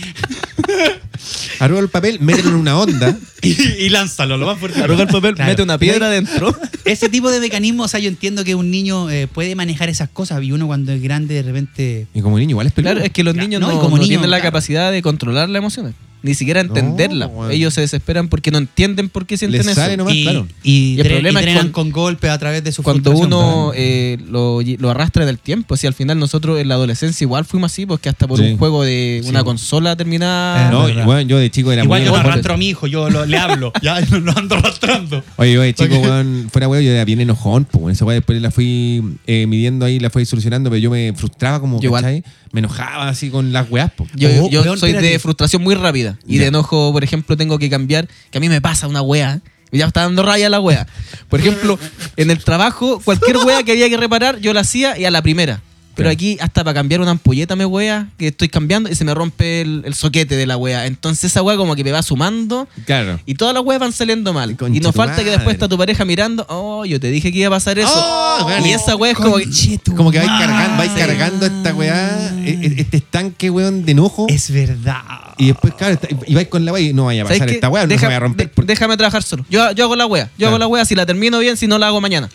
S3: Arruga el papel, mételo en una onda.
S2: [LAUGHS] y, y lánzalo lo más fuerte.
S4: Arruga el papel,
S2: Claro.
S4: mete una piedra adentro.
S2: Ese tipo de mecanismos, o sea, yo entiendo que un niño eh, puede manejar esas cosas y uno cuando es grande de repente...
S3: Y como niño, igual es peludo.
S4: [LAUGHS] Claro, es que los
S2: Claro,
S4: niños
S2: no,
S4: no,
S2: y como
S4: no
S2: niño,
S4: tienen la
S2: claro.
S4: capacidad de controlar las emociones, ni siquiera entenderla.
S3: weón.
S4: Ellos se desesperan porque no entienden por qué sienten
S3: Les
S4: eso.
S3: sale nomás,
S2: y,
S3: claro.
S2: y,
S4: Y el
S2: dre-
S4: problema
S2: y
S4: es
S2: drenan
S4: cuan-
S2: con golpes a través de su
S4: Cuando
S2: frustración,
S4: uno
S2: claro.
S4: eh, lo, lle- lo arrastra en el tiempo, si al final nosotros en la adolescencia igual fuimos así, porque hasta por
S3: Sí.
S4: un juego de
S3: Sí.
S4: una consola terminada.
S2: Ah,
S3: No,
S2: verdad.
S3: weón, yo de chico
S4: eh,
S3: era
S2: Igual
S3: muy
S2: yo
S3: enojón.
S2: arrastro a mi hijo, yo lo- le hablo, ya [LAUGHS] no lo ando arrastrando.
S3: Oye, oye, chico,
S2: Ok.
S3: weón, fuera weón, yo era bien enojón, pues esa weá después la fui eh, midiendo ahí, la fui solucionando, pero yo me frustraba como,
S4: Yo igual.
S3: ¿cachai? Me enojaba así con las weas, po.
S4: Yo,
S2: Oh,
S4: yo
S2: weón,
S4: soy
S2: espérate.
S4: de frustración muy rápida y
S3: Ya.
S4: de enojo, por ejemplo, tengo que cambiar, que a mí me pasa una wea. Ya está dando raya la wea. Por ejemplo, en el trabajo, cualquier wea que había que reparar, yo la hacía y a la primera. Pero
S3: Claro.
S4: aquí, hasta para cambiar una ampolleta, me wea, que estoy cambiando y se me rompe el, el soquete de la wea. Entonces esa wea como que me va sumando
S3: Claro.
S4: y todas las weas van saliendo mal.
S3: Concha
S4: y no
S3: tu
S4: falta que
S3: madre.
S4: después está tu pareja mirando, oh, yo te dije que iba a pasar eso.
S3: Oh, weón,
S4: y
S3: y-
S4: esa wea es como... que-
S2: Conchetu-
S3: Como que vais cargando, vais
S2: Sí.
S3: cargando esta weá, e- e- este estanque, weón, de enojo.
S2: Es verdad.
S3: Y después, claro, está- y vais con la weá y no vaya a
S4: ¿Sabes
S3: pasar
S4: qué?
S3: esta weá, no se
S4: Deja-
S3: me va a romper.
S4: de-
S3: porque-
S4: Déjame trabajar solo. Yo, yo hago la wea. Yo hago la wea si la termino bien, si no la hago mañana.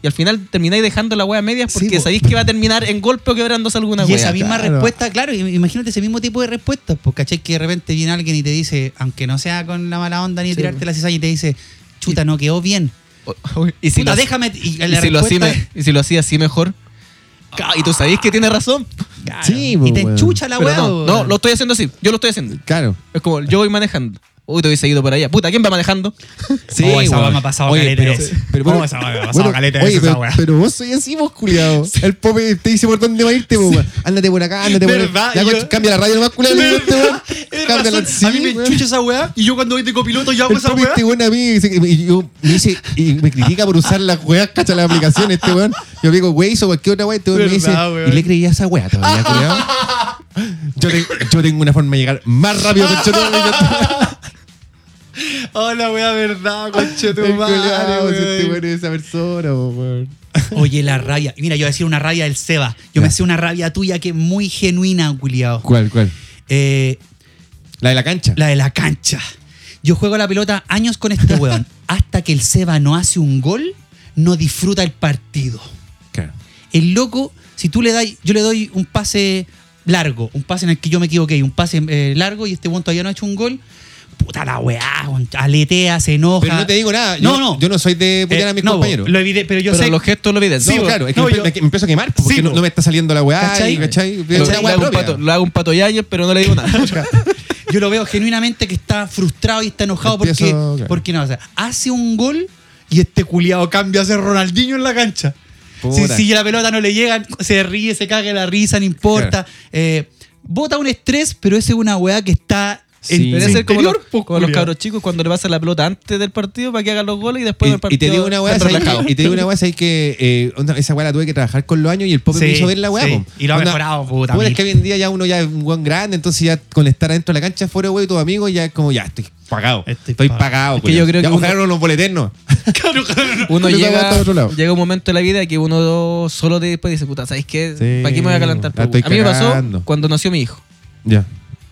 S4: Y al final termináis dejando la wea a medias
S2: Sí,
S4: porque
S2: po.
S4: sabéis que va a terminar en golpe o quebrándose alguna
S2: y
S4: wea.
S2: esa misma
S3: claro.
S2: respuesta, claro, im- imagínate ese mismo tipo de respuestas, porque ¿cachai? que de repente viene alguien y te dice, aunque no sea con la mala onda ni
S4: Sí,
S2: tirarte
S4: pues.
S2: la cizaña, y te dice, chuta, no quedó bien.
S4: y si
S2: Puta,
S4: lo,
S2: déjame. Y,
S4: y
S2: la
S4: si lo
S2: respuesta
S4: hacía,
S2: es-
S4: y si lo hacía así mejor. Ca- Y tú sabéis que tiene razón.
S2: Claro.
S3: Sí,
S2: y
S3: pues,
S2: te
S3: weón.
S2: enchucha la
S4: Pero
S2: weá.
S4: no,
S2: weón.
S4: no, lo estoy haciendo así. Yo lo estoy haciendo.
S3: Claro.
S4: Es como yo voy manejando. Uy, te hubiese ido para allá. Puta, ¿quién va manejando?
S2: Oh, esa
S3: weón.
S2: weá me ha pasado
S3: Oye,
S2: caleta de
S3: pero,
S2: veces.
S3: pero
S2: Oh,
S3: bueno,
S2: esa weá me ha pasado
S3: bueno,
S2: caleta de
S3: oye,
S2: veces, esa
S3: pero,
S2: weá.
S3: pero vos soy así vos,
S2: [LAUGHS]
S3: culiao. El pope te dice por dónde va a irte, po, weón. Ándate por acá, ándate por
S2: ¿Verdad?
S3: Ya,
S2: Yo-
S3: concha, Cambia la radio nomás, culiao. le digo, este, weón.
S2: [LAUGHS]
S3: Cámbiala, sí, weón.
S2: esa weá y yo cuando voy de copiloto yo
S3: El papi, este weón a mí, dice- y yo, me dice, y me critica por usar las weas, cacha las aplicaciones, este weón. Yo le digo, wey, hizo cualquier otra wea, este weón me dice,
S2: ¿Verdad, weón?
S3: y le creía a esa
S2: [LAUGHS]
S3: wea todavía, culiao. Yo, te- yo tengo una forma de llegar más rápido
S2: [LAUGHS]
S3: que yo
S2: Oh, la weá, verdad, conche
S3: El culiao, si este weón es esa persona, po, weón.
S2: [LAUGHS] Oye, la rabia. Mira, yo voy a decir una rabia del Seba. Yo
S3: Ya.
S2: me sé una rabia tuya que es muy genuina, culiao.
S3: ¿Cuál, cuál?
S2: Eh,
S3: La de la cancha.
S2: La de la cancha. Yo juego a la pelota años con
S3: [LAUGHS]
S2: este weón. Hasta que el Seba no hace un gol, no disfruta el partido.
S3: Claro.
S2: El loco, si tú le das, yo le doy un pase largo, un pase en el que yo me equivoqué, un pase eh, largo y este weón todavía no ha hecho un gol. Puta la weá, weón, aletea, se enoja.
S3: Pero no te digo nada. Yo
S2: No,
S3: no,
S2: no.
S3: yo no soy de putear
S2: Eh,
S3: a mis
S2: no,
S3: compañeros.
S2: Lo evide- pero yo
S4: Pero
S2: sé.
S4: los gestos lo evidencian.
S3: no,
S2: bo,
S3: claro, es que
S2: no,
S3: me,
S2: yo-
S3: me- me empiezo a quemar pues, porque
S2: Sí,
S3: no,
S2: bo.
S3: no me está saliendo la weá.
S2: ¿Cachai?
S3: ¿Cachai? ¿cachai?
S4: Lo,
S3: Es una
S4: lo
S3: weá
S4: hago un
S3: propia.
S4: pato, lo hago un pato Yáñez, pero no le digo nada.
S2: Yo lo veo genuinamente que está frustrado y está enojado
S3: Empiezo,
S2: porque,
S3: claro.
S2: porque no, o sea, hace un gol y este culiado cambia a ser Ronaldinho en la cancha. Si,
S3: Puta.
S2: si la pelota no le llega, se ríe, se caga la risa, no importa. Eh, bota un estrés, pero esa es una weá que está
S3: Sí.
S2: en
S4: Debería
S2: su
S4: ser como los,
S2: interior,
S3: pues,
S2: po,
S4: como los
S2: culiao.
S4: cabros chicos cuando le pasan la pelota antes del partido para que hagan los goles y después del
S3: Y,
S4: partido.
S3: y te digo una weá,
S4: están
S3: ¿sabes?
S4: relajados.
S3: y te digo una weá, ¿sabes? que eh, onda, esa weá la tuve que trabajar con los años y el pobre me
S2: Sí,
S3: hizo ver la weá.
S2: sí.
S3: po.
S2: Y lo ha
S3: Onda,
S2: mejorado, puta,
S3: bueno,
S2: mil.
S3: es que hoy en día ya uno ya es un weón grande, entonces ya con estar adentro de la cancha fuera, weón, y tus amigos, ya es como, ya estoy pagado.
S2: Estoy
S3: Estoy,
S2: pagado.
S3: pagado.
S4: que
S3: culiao.
S4: yo creo
S3: ya,
S4: que
S3: ojalá
S4: uno-
S3: no nos
S4: [LAUGHS]
S3: boleternos.
S2: Claro, claro.
S4: uno
S3: Pero esa weá
S4: llega,
S3: está de otro lado.
S4: llega un momento en la vida que uno solo después dice, puta, ¿sabes qué?
S3: Sí,
S4: ¿Para qué me voy a calentar?
S3: la estoy
S4: A mí me pasó
S3: cagando.
S4: cuando nació mi hijo.
S3: Ya.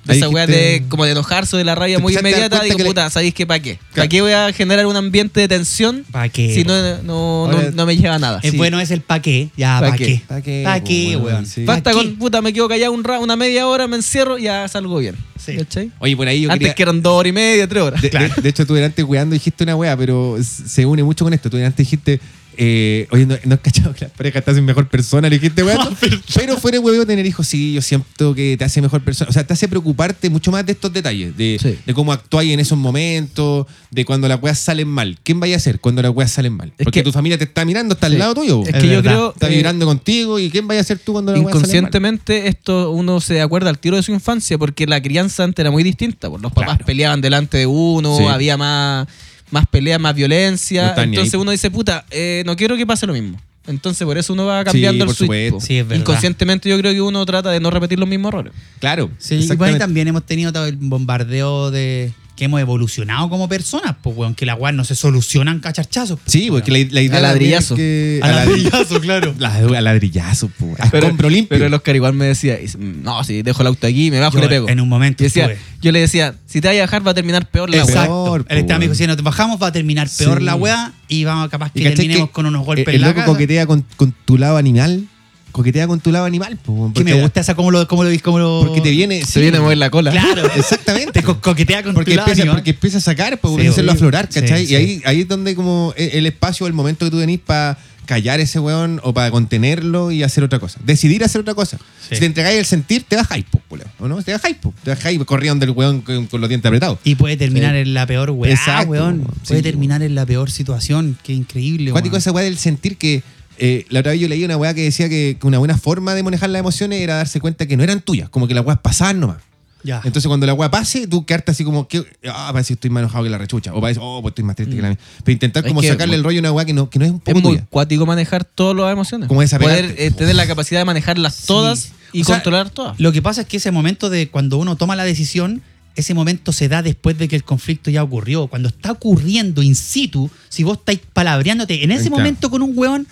S3: Ahí
S4: Esa weá
S3: dijiste-
S4: de como de enojarse de la rabia
S3: Te
S4: muy
S3: empezaste a dar
S4: inmediata,
S3: cuenta
S4: digo,
S3: que le-
S4: puta, ¿sabéis qué? ¿Para qué?
S3: Claro.
S4: ¿Para qué voy a generar un ambiente de tensión
S2: ¿Pa' qué,
S4: si
S2: po?
S4: no, no, no,
S3: Ahora-
S4: no me lleva a nada?
S2: Es eh,
S4: Sí.
S2: bueno es el pa' qué. Ya,
S4: ¿Pa'
S2: pa'
S4: qué?
S2: qué.
S3: ¿Pa' qué,
S2: Pa' qué,
S3: po, weón?
S2: weón.
S3: Sí.
S2: ¿Pa'
S4: Basta
S2: qué?
S4: con, puta, me quedo callado un ra- una media hora, me encierro y ya salgo bien.
S2: Sí.
S4: ¿Cachai?
S3: Oye, por ahí yo
S4: Antes
S3: quería-
S4: que eran dos horas y media, tres horas.
S3: De, de- de hecho, tú delante weando dijiste una wea, pero s- se une mucho con esto. Tú delante dijiste, eh, oye, no, no has cachado que la pareja te hace mejor persona, le dijiste
S4: [LAUGHS]
S3: weando. pero fuera de huevo tener hijos, sí, yo siento que te hace mejor persona. O sea, te hace preocuparte mucho más de estos detalles, de,
S2: Sí.
S3: de cómo actuáis en esos momentos, de cuando las weas salen mal. ¿Quién vaya a ser cuando las weas salen mal?
S4: Es
S3: Porque
S4: que-
S3: tu familia te está mirando, está al
S2: Sí.
S3: lado tuyo.
S4: es
S2: es
S4: que yo
S2: verdad.
S4: creo.
S3: Está
S4: eh,
S3: vibrando contigo y ¿quién vaya a ser tú cuando las weas salen mal?
S4: Inconscientemente esto uno se acuerda al tiro de su infancia porque la crianza antes era muy distinta. pues, Los papás
S3: Claro.
S4: peleaban delante de uno,
S3: Sí.
S4: había más, más peleas, más
S3: No
S4: violencia.
S3: están ni
S4: Entonces
S3: ahí.
S4: uno dice, puta, eh, no quiero que pase lo mismo. Entonces por eso uno va cambiando
S3: por
S4: el switch.
S3: supuesto.
S4: po.
S2: Sí, es verdad.
S4: Inconscientemente yo creo que uno trata de no repetir los mismos errores.
S3: Claro.
S2: Sí, y por ahí
S3: exactamente.
S2: también hemos tenido todo el bombardeo de que hemos evolucionado como personas, pues, weón, que las weas no se solucionan cacharchazos. pues,
S3: Sí, porque la, la idea
S4: A
S3: también
S4: ladrillazo.
S3: es que-
S2: A
S3: a ladri-
S2: ladrillazo, claro.
S3: [LAUGHS] La- A ladrillazo, po. A Ah, compro limpio.
S4: pero el Oscar igual me decía, y- no, si dejo el auto aquí, me bajo
S2: Yo
S4: y le pego.
S2: en un momento
S4: Y decía-
S2: estuve.
S4: yo le decía, si te vas a bajar va a terminar peor la weá.
S3: Exacto.
S2: Exacto.
S3: Peor,
S2: El este
S3: po,
S2: Esteban me dijo,
S3: weón.
S2: si nos bajamos va a terminar peor
S3: Sí.
S2: la wea y vamos a capaz que
S3: ¿Y cachai
S2: terminemos
S3: que
S2: con unos golpes
S3: el
S2: en la
S3: loco
S2: cara.
S3: coquetea con, con tu lado animal. Coquetea con tu lado animal, po, weón,
S2: Que
S3: porque-
S2: me gusta esa cómo lo, cómo lo, cómo lo-
S3: Porque
S2: [LAUGHS]
S3: te viene.
S4: Se
S3: sí,
S4: viene a mover la
S3: [LAUGHS]
S4: cola.
S2: Claro.
S3: Exactamente.
S2: Te co- coquetea con
S3: Porque
S2: tu lado,
S3: empieza,
S2: ¿no?
S3: porque empieza a sacar, pues,
S2: Sí,
S3: empieza a hacerlo
S2: sí.
S3: aflorar,
S2: Sí,
S3: ¿cachai?
S2: sí.
S3: Y ahí, ahí es donde como e- el espacio, el momento que tú tenés para callar ese weón o para contenerlo y hacer otra cosa. Decidir hacer otra cosa.
S2: Sí.
S3: Si te entregáis el sentir, te das hype, po, weón, ¿o no? Te das hype, po. Te das hype corriendo del weón con, con los dientes apretados.
S2: Y puede terminar en la peor weá,
S3: Exacto,
S2: weón.
S3: weón.
S2: Puede
S3: Sí,
S2: terminar en la peor situación. Qué increíble,
S3: Cuático
S2: weón.
S3: esa weá del sentir que. eh, la otra vez yo leí una weá que decía que, que una buena forma de manejar las emociones era darse cuenta que no eran tuyas, como que las weas pasaban nomás.
S4: Ah.
S2: Ya.
S3: Entonces cuando la weá pase, tú quedarte así como que ah, parece que estoy más enojado que la rechucha. O parece, oh, pues estoy más triste que la mía. Pero intentar
S4: Mm. Es
S3: como
S4: que,
S3: sacarle el rollo a una weá que no, que no es un
S4: Es
S3: poco
S4: muy
S3: tuya.
S4: cuático manejar todas las emociones.
S3: Como desapegarte.
S4: Poder eh, tener la capacidad de manejarlas todas y
S2: O sea,
S4: controlar
S3: Ah.
S4: todas.
S2: Lo que pasa es que ese momento de cuando uno toma la decisión, ese momento se da después de que el conflicto ya ocurrió. Cuando está ocurriendo in situ, si vos estáis palabreándote en ese
S3: Claro.
S2: momento con un hueón,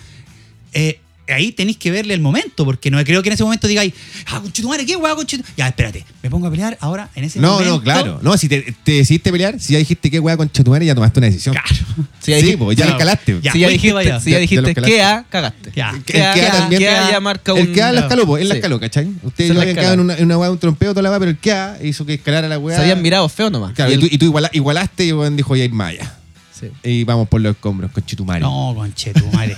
S2: eh, ahí tenéis que verle el momento, porque no creo que en ese momento digáis, ah, conchetumare, qué hueá, conchetumare. Ya, espérate, me pongo a pelear ahora en ese
S3: No,
S2: momento.
S3: no, claro. No, si te, te decidiste pelear, si ya dijiste que weá con chetumare, ya tomaste una decisión.
S2: Claro.
S4: Si
S3: Sí,
S4: ya dijiste-
S3: pues, ya
S2: ya,
S3: la calaste.
S2: ya.
S4: si ya
S2: fuiste,
S4: dijiste,
S2: vaya.
S4: si ya
S3: Ya- ya
S4: dijiste
S3: lo
S4: que A, cagaste.
S2: Ya.
S4: Que
S3: El
S4: A-
S3: que A también-
S4: que A
S3: que
S4: ya marca un.
S3: El que A la escaló, pues, él la
S4: Sí.
S3: escaló, ¿cachai? Ustedes
S4: Se
S3: ya
S4: la
S3: habían
S4: escaló.
S3: quedado en una, en una weá, un trompeo, toda la weá, pero el que A hizo que escalara la weá.
S4: Se habían mirado feo nomás.
S3: Claro, y,
S4: Y el-
S3: tú, y tú iguala- igualaste y weón dijo, ya hay maya.
S4: sí.
S3: Y vamos por los escombros con chetumare.
S2: No, conchetumare.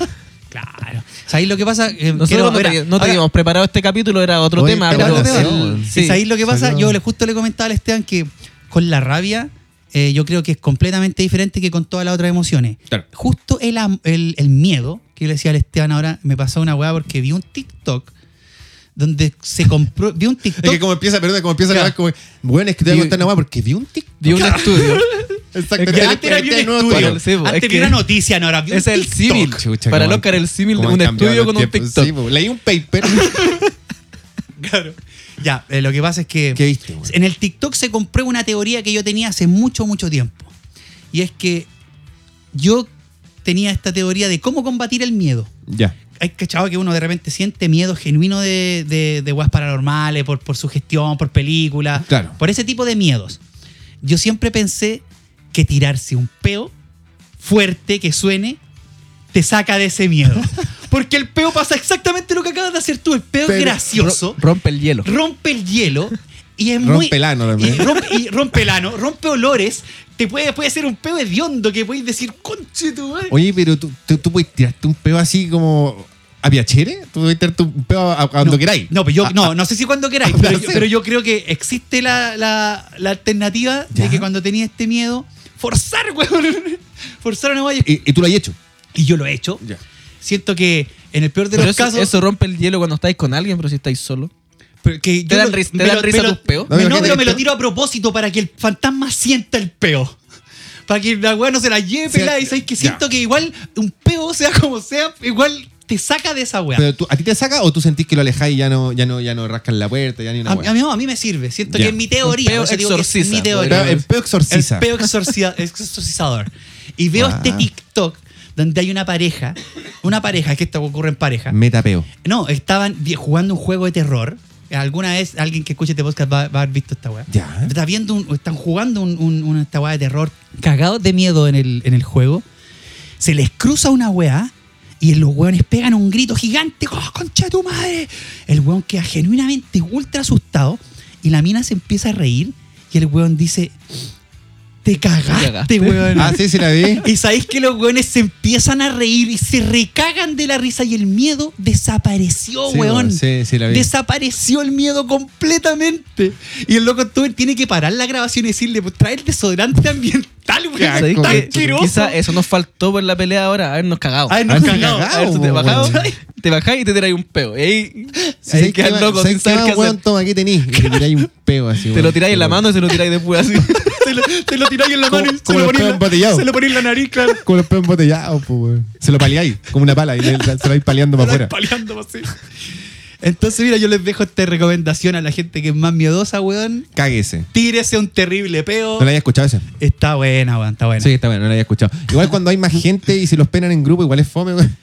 S2: claro. ¿Sabéis lo que pasa? Eh, quiero-
S4: Nosotros no,
S2: espera,
S4: te- no
S2: ahora-
S4: teníamos preparado este capítulo, era otro
S3: Oye,
S4: tema.
S3: está
S4: Pero
S3: bueno,
S4: el-
S3: sí.
S4: sí.
S2: Es ahí lo que pasa.
S3: Salió-
S2: Yo le justo le comentaba al Esteban que con la rabia eh, yo creo que es completamente diferente que con todas las otras emociones.
S3: Claro.
S2: Justo el, am- el- el miedo que yo le decía al Esteban ahora me pasó una weá porque vi un TikTok donde se compró. vi un
S3: Es que
S2: TikTok.
S3: como empieza, perdón, como empieza a
S4: Ya.
S3: grabar, como, bueno, es que te voy a
S4: Y-
S3: contar una weá porque vi un TikTok.
S4: De un estudio.
S3: Exacto.
S2: que antes era
S3: Este
S2: bien
S3: nuevo
S2: estudio.
S3: tutorial.
S4: Sí, po,
S2: Antes vi
S4: es que-
S2: una noticia, no, ahora vi un
S4: Ese es el
S2: TikTok.
S4: símil.
S3: Chucha,
S4: Para
S3: cómo
S4: el Oscar,
S3: han-
S4: el símil de
S3: cómo han
S4: un
S3: cambiado
S4: estudio
S3: los
S4: con un
S3: tiempos.
S4: TikTok.
S3: Sí, po. leí un paper. [LAUGHS]
S2: Ya, eh, lo que pasa es que.
S3: ¿Qué viste, güey?
S2: En el TikTok se compró una teoría que yo tenía hace mucho, mucho tiempo. Y es que yo tenía esta teoría de cómo combatir el miedo.
S3: ya.
S2: Hay cachado que uno de repente siente miedo genuino de, de, de weas paranormales, por, por su gestión, por películas,
S3: Claro.
S2: por ese tipo de miedos. Yo siempre pensé que tirarse un peo fuerte que suene te saca de ese
S3: [LAUGHS]
S2: miedo. Porque el peo pasa exactamente lo que acabas de hacer tú. El peo es
S3: Pero-
S2: gracioso
S4: Ro- Rompe el hielo.
S2: rompe el hielo y es
S3: Rompe
S2: muy.
S3: el ano
S2: y [LAUGHS]
S3: también.
S2: rompe, y rompe el ano, rompe olores. Te puede, puede ser un pedo hediondo que puedes decir, conche tu madre".
S3: Oye, pero tú, tú, tú puedes tirarte un peo así como a piachere. Tú puedes tirarte un peo a, a cuando
S2: no,
S3: queráis.
S2: No, pero
S3: A-
S4: Ah,
S2: yo, no, no sé si cuando
S4: [LAUGHS]
S2: queráis,
S3: a
S2: pero, yo-
S3: placer.
S2: pero yo creo que existe la, la- la alternativa
S3: Ya.
S2: de que cuando tenía este miedo, forzar, [LAUGHS] weón. Forzar una valla.
S3: Y, y tú lo has hecho.
S2: Y yo lo he hecho.
S3: Ya.
S2: Siento que en el peor de
S4: Pero
S2: los
S4: eso,
S2: casos.
S4: eso rompe el hielo cuando estáis con alguien, pero si estáis solo.
S2: pero que yo
S4: dan
S2: lo-
S4: ris- te
S2: me
S4: dan
S2: lo-
S4: risa
S2: me lo-
S4: tus peos.
S2: me-
S3: No,
S2: No,
S3: imagínate
S2: pero
S3: que
S2: me lo
S3: tú-
S2: tiro a propósito para que el fantasma sienta el peo. Para que la weá no se la lleve
S3: Sí,
S2: pelada. Y sabes que
S3: ya.
S2: siento que igual un peo, sea como sea, igual te saca de esa weá.
S3: Pero tú, ¿a ti te saca o tú sentís que lo alejáis y ya no, ya no, ya no rascan la puerta, ya ni una
S2: A,
S3: hueá?
S2: a mí, no, a mí me sirve. Siento
S3: Ya.
S2: que es mi teoría.
S4: Un peo
S2: por eso digo que es
S4: exorciza,
S2: mi
S3: El
S2: teoría.
S3: peo- el peo exorciza.
S2: El peo exorcia- exorcizador. Y veo
S3: Wow.
S2: este TikTok donde hay una pareja, una pareja, que esto ocurre en pareja.
S3: Metapeo.
S2: No, estaban vi- jugando un juego de terror. Alguna vez alguien que escuche este podcast va, va a haber visto esta weá.
S3: Ya.
S2: Está viendo un- están jugando un, un- una esta weá de terror, cagados de miedo en el, en el juego. Se les cruza una weá y los weones pegan un grito gigante. ¡Oh, concha de tu madre! El weón queda genuinamente ultra asustado y la mina se empieza a reír Y el weón dice, te cagaste,
S4: cagaste".
S2: weón.
S3: Ah, sí, sí
S4: [LAUGHS]
S3: la vi.
S2: Y sabéis que los weones se empiezan a reír y se recagan de la risa y el miedo desapareció,
S3: Sí,
S2: weón.
S3: Sí, sí la vi.
S2: Desapareció el miedo completamente. Y el loco tú tiene que parar la grabación y decirle, pues trae el desodorante ambiental, weón.
S3: Qué
S2: Está
S4: ¿Sabéis
S3: asco,
S4: qué?
S2: asqueroso.
S4: Quizá eso nos faltó por la pelea ahora, habernos cagado.
S2: Ay, no,
S3: Habernos
S2: cagado.
S3: cagado.
S4: A ver, tú te
S3: Oh, weón.
S4: bajabas, te bajás y te tiráis un peo. Y ahí,
S3: Si
S4: ahí
S3: sabes
S4: quedas
S3: que va-
S4: loco
S3: sabes
S4: sin saber
S3: que
S4: qué
S3: va, weón,
S4: hacer.
S3: toma, aquí tenís. Y le tiráis un peo así,
S4: Te
S3: weón.
S4: lo tiráis en la mano y se lo tiráis después así.
S2: [LAUGHS] Se lo, se lo tiráis en la
S3: Como-
S2: mano y se
S3: como
S2: lo,
S3: los
S2: ponéis en
S3: peos
S2: la,
S3: embotellados.
S2: se lo ponéis en la nariz,
S3: [LAUGHS]
S2: claro.
S3: Con los peos embotellados, pues, weón. Se lo paliáis, como una pala, y le- se lo vais paliando para afuera.
S2: Paleando, así. Entonces, mira, yo les dejo esta recomendación a la gente que es más miedosa, weón.
S3: Cáguese.
S2: Tírese un terrible peo.
S3: No la había escuchado esa.
S2: Está buena, weón, está buena.
S3: Sí, está bueno, no la había escuchado. Igual cuando hay más gente y si los penan en grupo, igual es fome, weón.